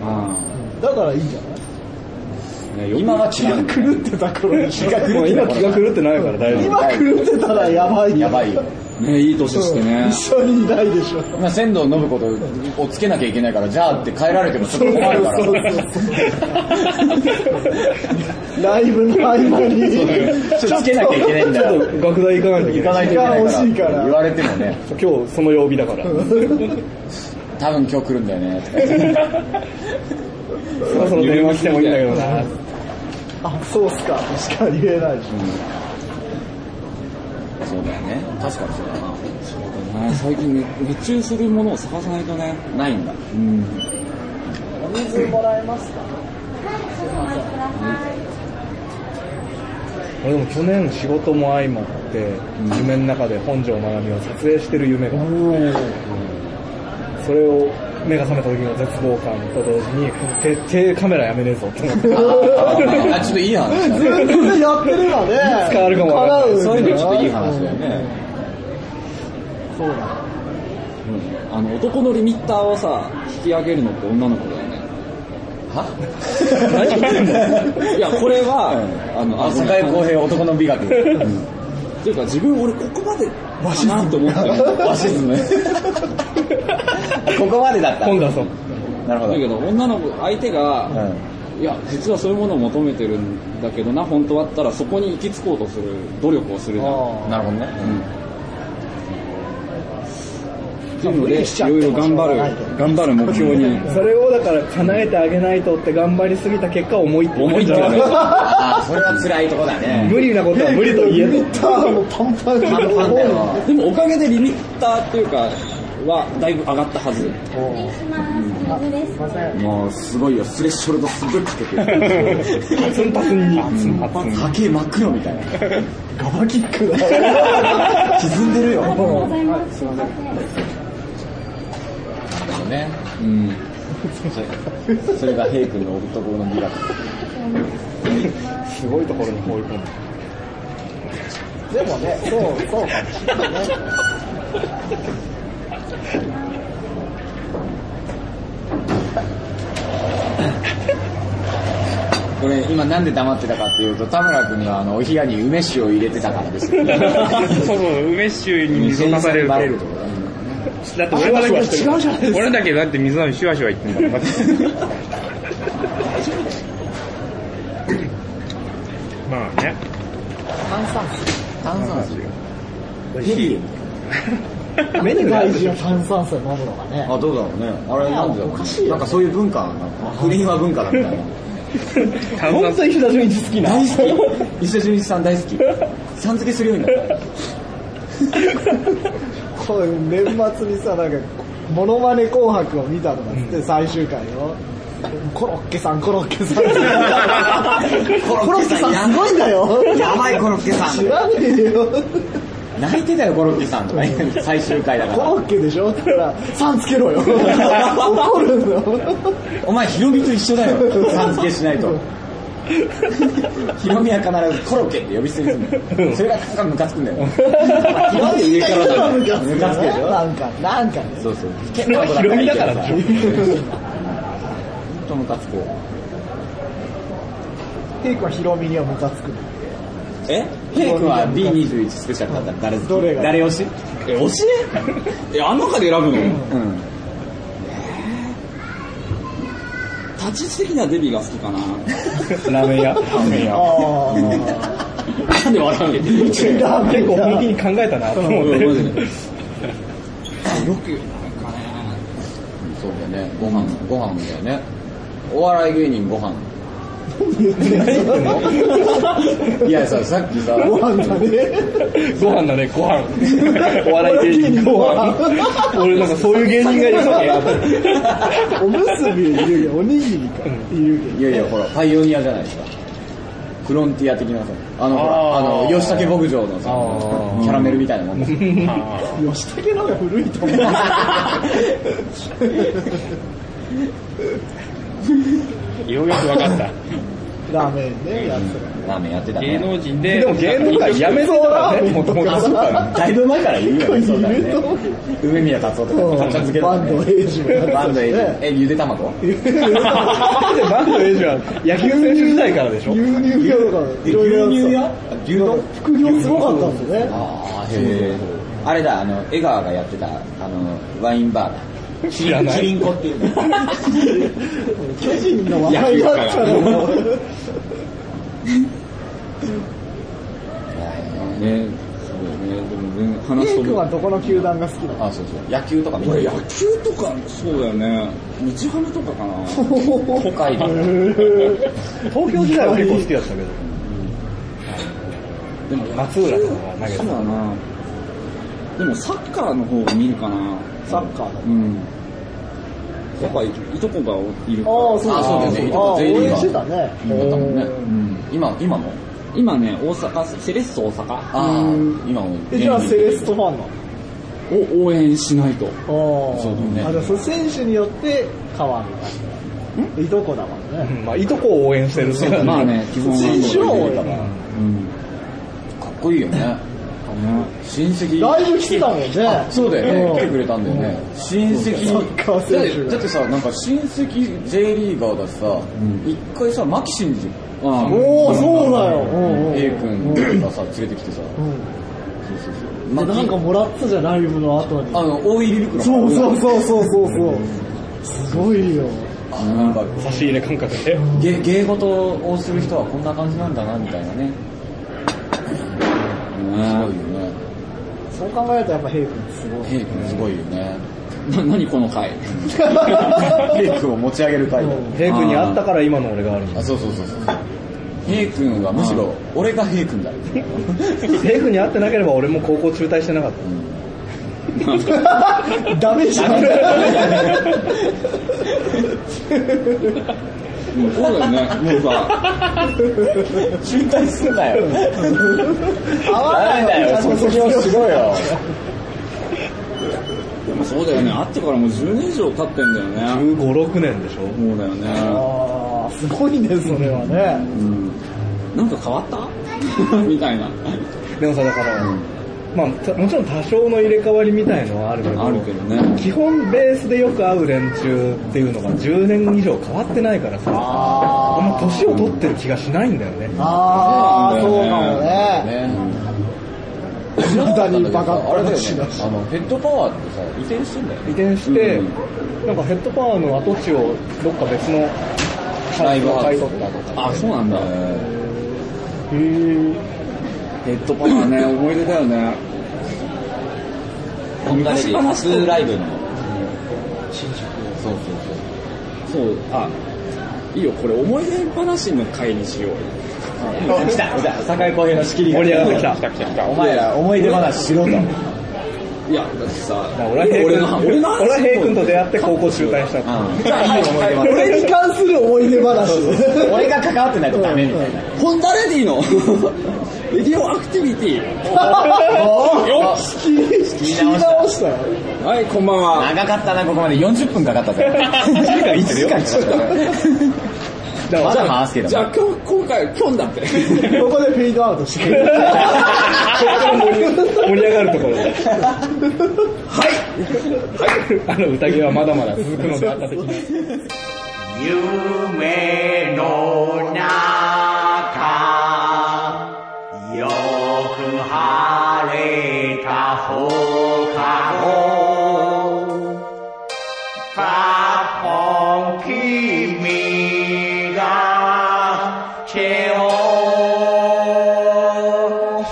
S5: だ。だからいいんじゃない
S4: 今は違う。
S5: 狂ってた頃に。
S6: もう今気が狂ってないから大丈夫。
S5: 今狂ってたらやばいよ
S4: やばいよ。
S3: ねいい年してね。
S5: 一緒にいないでしょ。
S4: 今、仙道信子とをつけなきゃいけないから、じゃあって帰られてもちょっと困るから。
S5: ライブの合間に。
S4: ちょっとつけなきゃいけないん だよ。
S6: 学大行かないといけない。
S4: 行かないといけない
S5: 時間欲しい
S4: か。
S5: からら
S4: 言われてもね、
S6: 今日その曜日だから。
S4: 多分今日来るんだよね、とか言って
S6: そろそろ電話してもいいんだけどな。
S5: あ、そうっすか。確かに言えないし。
S4: そうだよね。確かにそうだな。
S3: ね最近ね、熱中するものを探さないとね。
S4: ないんだ。
S5: お水もらえますか
S6: 俺でも去年仕事も相まって、夢の中で本上まなみを撮影してる夢があって、それを目が覚めた時の絶望感と同時に、絶対カメラやめねえぞって思って、
S4: あ、ちょっといい話だね。
S5: 全然やってればね。
S6: いつ変わるかもわかんない
S5: 叶う
S4: そういうのちょっといい話だよね。
S5: そうだ。
S3: あの、男のリミッターをさ、引き上げるのって女の子だよね。
S4: は
S3: 何言ってん のいや、これは、
S4: うん
S3: あの、
S4: あ、
S3: ご
S4: 世
S3: めん
S4: 界公平男の美学。
S3: っていうか自分俺ここまでかなと思ったよ
S4: ファシズム。 ここまでだった。
S6: 今度はそう。
S4: なるほど
S3: だ。けど女の子相手が、
S4: うん
S3: いや実はそういうものを求めてるんだけどな本当はったらそこに行き着こうとする努力をするじゃんっ
S4: なるほどね。
S3: ていうのでいろいろ頑張る頑張
S5: ゃってもしょうがないけ
S3: る目標に
S6: それをだから叶えてあげないとって頑張りすぎた結果重いって
S3: 思いって
S6: 言わ
S3: や
S6: れ
S3: め
S6: る
S3: た
S4: あ、それは辛いとこだね。
S6: 無理なことは無理と言え
S5: リミ
S6: る
S5: ッターのパンパン
S4: パンパンだよ
S3: でもおかげでリミッターっていうかはだいぶ上がったはず
S7: 失礼します。水です。
S4: もうすごいよ、スレッショルドすごいかけてる。
S6: パツンパツンに。
S4: 酒真っ黒みた いな。
S5: ガバキッ クだ。
S4: 沈んでるよ。
S7: ありがとうございます。すいません。
S4: ね。うん。それそれがヘイ君の男の美学。
S6: すごいところに放り込む。
S5: でもね、そう、そうかもしれないね。
S4: これ今なんで黙ってたかっていうと、田村君があの、お部屋に梅酒を入れてたからです よ。
S2: そうそう、梅酒に水を足されると。
S4: バレるとこだね。
S2: だって俺だけ俺だけだって水飲みシュワシュワ言ってんだから。まあね。
S4: 炭酸水。炭酸水。
S5: 目に大事な炭酸水飲むのがね。
S4: あ、どうだろうね。あれなんでだろ
S5: おかしいよ
S4: う。なんかそういう文化なの。不倫は文化だみたいな。
S2: 炭酸水。
S6: 石田純一好きな。
S4: 大好き。石田純一さん大好き。さん付けするようになった。
S5: こう年末にさ、なんか、モノマネ紅白を見たとかっつって、最終回よ。コロッケさん、コロッケさん。コロッケさん、すごいんだよ。
S4: やばいコロッケさ
S5: 知
S4: ん。
S5: らねえよ。
S4: 泣いてたよコロッケさんとか言う最終回だか
S5: コ
S4: ら
S5: ロ。ッケでしょって言ったら、さんつけろよ。怒るんだよ。
S4: お前ヒロミと一緒だよ。さん付けしないと。ヒロミは必ずコロッケって呼び捨てにするの。それがなんかムカつくんだよ。なんで上からだよ。ムカつくでしょ。
S5: なんか、なんかね。
S4: そうそう。危険なこと
S6: ヒロミだから
S4: だ
S6: だ
S4: いいけどさ。ほんとムカつく。
S5: テイクはヒロミにはムカつく。
S4: えヘイ君は B21 スペシャルだったら誰好き
S5: どれが
S4: 誰推し
S3: え教ええあの中で選ぶの、
S4: うん。
S3: 立ち位置的にはデビが好きかな
S6: ラーメン屋。
S5: ああ。
S3: なんで笑うの
S6: 結構本気に考えたなと思って。
S3: うんマジでよくなんかね
S4: そうだよね。ご飯、ご飯だよね。お笑い芸人ご飯。いやさ、さっきさ、
S5: ご飯だね。
S6: ご飯だね、ご飯。お笑い芸人ご飯。俺なんかそういう芸人がいるわけ
S5: おむすびいるよ、おにぎりか。いるけど。
S4: いやいや、ほら、パイオニアじゃないですか。フロンティア的なさ、あの、ほら、あ
S6: あー
S4: の、吉武牧場のさ
S6: あ、ー
S4: キャラメルみたいなもんですよ
S5: 吉武の方が古いと思う。
S2: ようやくわかった。
S5: ラーメンね、やつ
S4: ラーメンやってた
S2: 芸
S4: ね。
S2: 能人で。
S6: でも芸能界やめそうだからね、もともと。
S4: だいぶ前から言うよね、そうだよ
S5: いると思う
S4: ね。梅宮達夫とか、たっちゃん漬けと
S5: バ
S4: か
S5: ン
S4: ね
S5: ドエイジもやってたしね
S4: バンドエイジ。え、ゆで卵
S6: バンドエイジは野球選手時代からでしょ
S5: 牛乳屋とか、いろいろ
S4: 牛乳
S5: や
S4: 屋牛丼
S5: ってた副業すごかったんだね。
S4: あへえ。あれだ、あの、江川がやってた、あの、ワインバーだ。
S6: 知らな
S4: キ
S6: い。
S4: リンコっていうの。
S5: 巨人の話題だったらもう、
S3: ね、そうね、でも全然話
S5: テ
S3: す
S5: イ君は
S3: と。
S5: どこの球団が好きなの
S4: あ、そうそう。野球とか見
S3: 俺
S4: て
S3: 野球とか、そうだよね。日ハムとかかな。
S4: 都会だ。
S6: 東京時代は結構好きだったけど。
S3: でも
S2: 松浦さんは投げてた
S3: そうだなでもサッカーの方を見るかな
S5: サッカーだ
S3: うんやっぱいとこがいるから
S5: ああ、そう
S4: あそうだね
S5: ね。
S4: い
S5: あ
S4: とこ
S5: あ、応
S4: 全員が
S5: 援してたね。
S4: だったもんね。
S5: おー
S4: うん今、今も
S3: 今ね大阪セレッソ大阪
S4: ああ
S3: うん、
S4: 今も。
S5: え、じゃあセレストファンなの
S3: を応援し ないと
S5: おー
S4: そうだね
S5: あ、じゃあその選手によって変わる感じ。いとこだもん
S6: う
S5: ね。
S6: んまあ、いとこを応援してるっていうか
S3: まあね基本は
S5: 選手は
S3: か
S5: 多いから
S3: うん
S5: ら
S4: かっこいいよね。親戚。
S5: だいぶ来てたもんね。
S4: そうだよね。来てくれ
S5: た。
S4: たんだよね。親戚。
S5: サッカー選手が
S4: だってだってさ、なんか親戚 J リーガーだしさ、一回さ、牧真司。
S3: ああ
S5: おお、そうだよ。うんうん
S4: A 君がさ、連れてきてさ、
S5: うん
S4: そうそうそう。
S5: でなんかもらってたじゃん、ライブの後に。
S4: あの、大入り袋。
S5: そうそうそうそうそうそう。すごいよ。
S4: あなんか、
S2: 差し入れ感覚で。
S4: 芸芸事をする人はこんな感じなんだな、みたいなね。すごいよね。
S5: そう考えるとやっぱヘイ君すごい。
S4: A 君すごいよね。
S3: な何この 回
S4: A 君を持ち上げる会だ。
S6: 平君に会ったから今の俺があるんだ
S4: あ、そうそうそうそう。平君はむしろ、俺が平君だ。
S6: 平君に会ってなければ俺も高校中退してなかった
S5: ダメじゃん。
S3: もうそうだよねもうさ
S4: 中退すんなよ。
S5: 合わないよ。ちゃんと卒業しろよ。
S3: でもそうだよね会ってからもう10年以上経ってんだよね
S6: 1 5 6年でしょ
S3: そうだよね
S5: ああ、すごいね、それはね。
S3: なんか変わった みたいな
S6: でもさだから、まあたもちろん多少の入れ替わりみたいのはあるけど
S3: あるけどね
S6: 基本ベースでよく会う連中っていうのが10年以上変わってないからさあんま年を取ってる気がしないんだよね
S5: ああ、そうかもね。
S4: ね。
S5: いまだにバカ
S4: あれだよね
S5: しだ、し
S4: あの、ヘッドパワーってさ、移転してんだよ
S6: 移
S4: ね。
S6: 転して、なんかヘッドパワーの跡地をどっか別の
S4: ライブハ
S6: 買
S4: ウ
S6: い
S4: スと
S6: 取っ
S4: か
S6: た
S4: とか。
S3: あそうなんだ
S5: へ
S3: ヘッドパワーね思い出だよね
S4: ホンダレディ初ライブの。そうそ
S3: そ
S4: う
S3: うあいいよこれ思い出話の回にしようよ
S4: そう。来た、来た。坂井公平の仕切り
S6: 盛り上がってきた
S2: 来た来た来た。
S4: お前ら思い出話しろと。
S3: いやだってさ
S6: 俺は平君
S3: 俺の俺の話
S6: 俺は平君と出会って高校中退したの
S5: え。これに関する思い出話。
S4: 俺が関わってないとダメみたいな。
S3: ホンダレディのレディオアクティビティ
S5: よ聞き直したよ。
S3: はいこんばんは
S4: 長かったな、ここまで40分かかったぜ。1時間ちょっと。まだ回すけど。
S3: じゃあ今日今回キョンだって
S5: ここでフェードアウトしてくれる。
S6: 盛り上がるところではい あの宴はまだまだ続くのであった時に
S1: 夢の中よく晴れた放課後カッポン君がチェを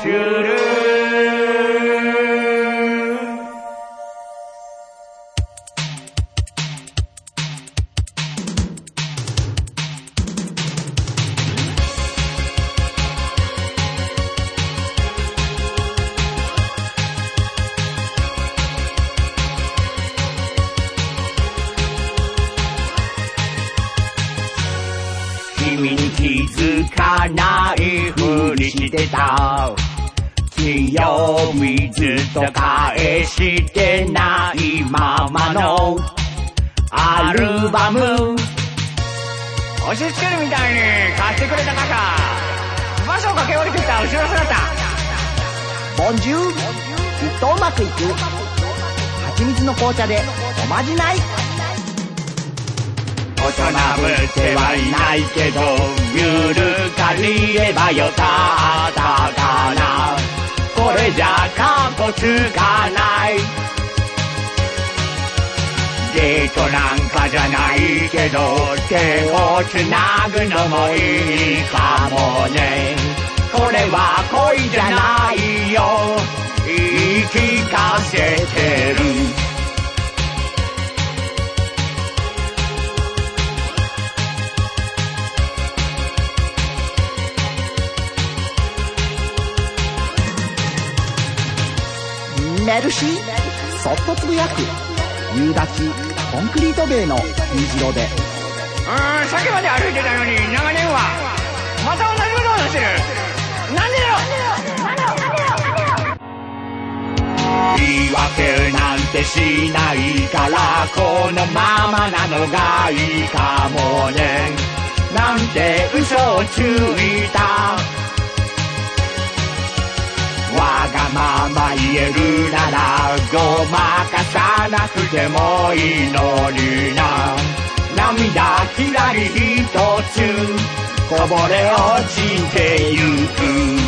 S1: する君に気づかないふりしてた強みずっと返してないままのアルバム押し付けるみたいに貸してくれた方場所を駆け下りてきた後ろ姿
S9: ボンジュールきっとうまくいく蜂蜜の紅茶でおまじない
S1: 大人ぶってはいないけどゆるかりればよかったかなこれじゃかっこつかないデートなんかじゃないけど手をつなぐのもいいかもねこれは恋じゃないよ言い聞かせてる
S9: メルシーそっとつぶやく夕立コンクリート塀の虹色で
S1: うーん、さっきまで歩いてたのに、長年は。また同じことを話してる。なんでだろ言い訳なんてしないから、このままなのがいいかもね。なんて嘘をついた。わがまま言えるならごまかさなくてもいいのにな涙きらりひとつこぼれ落ちてゆく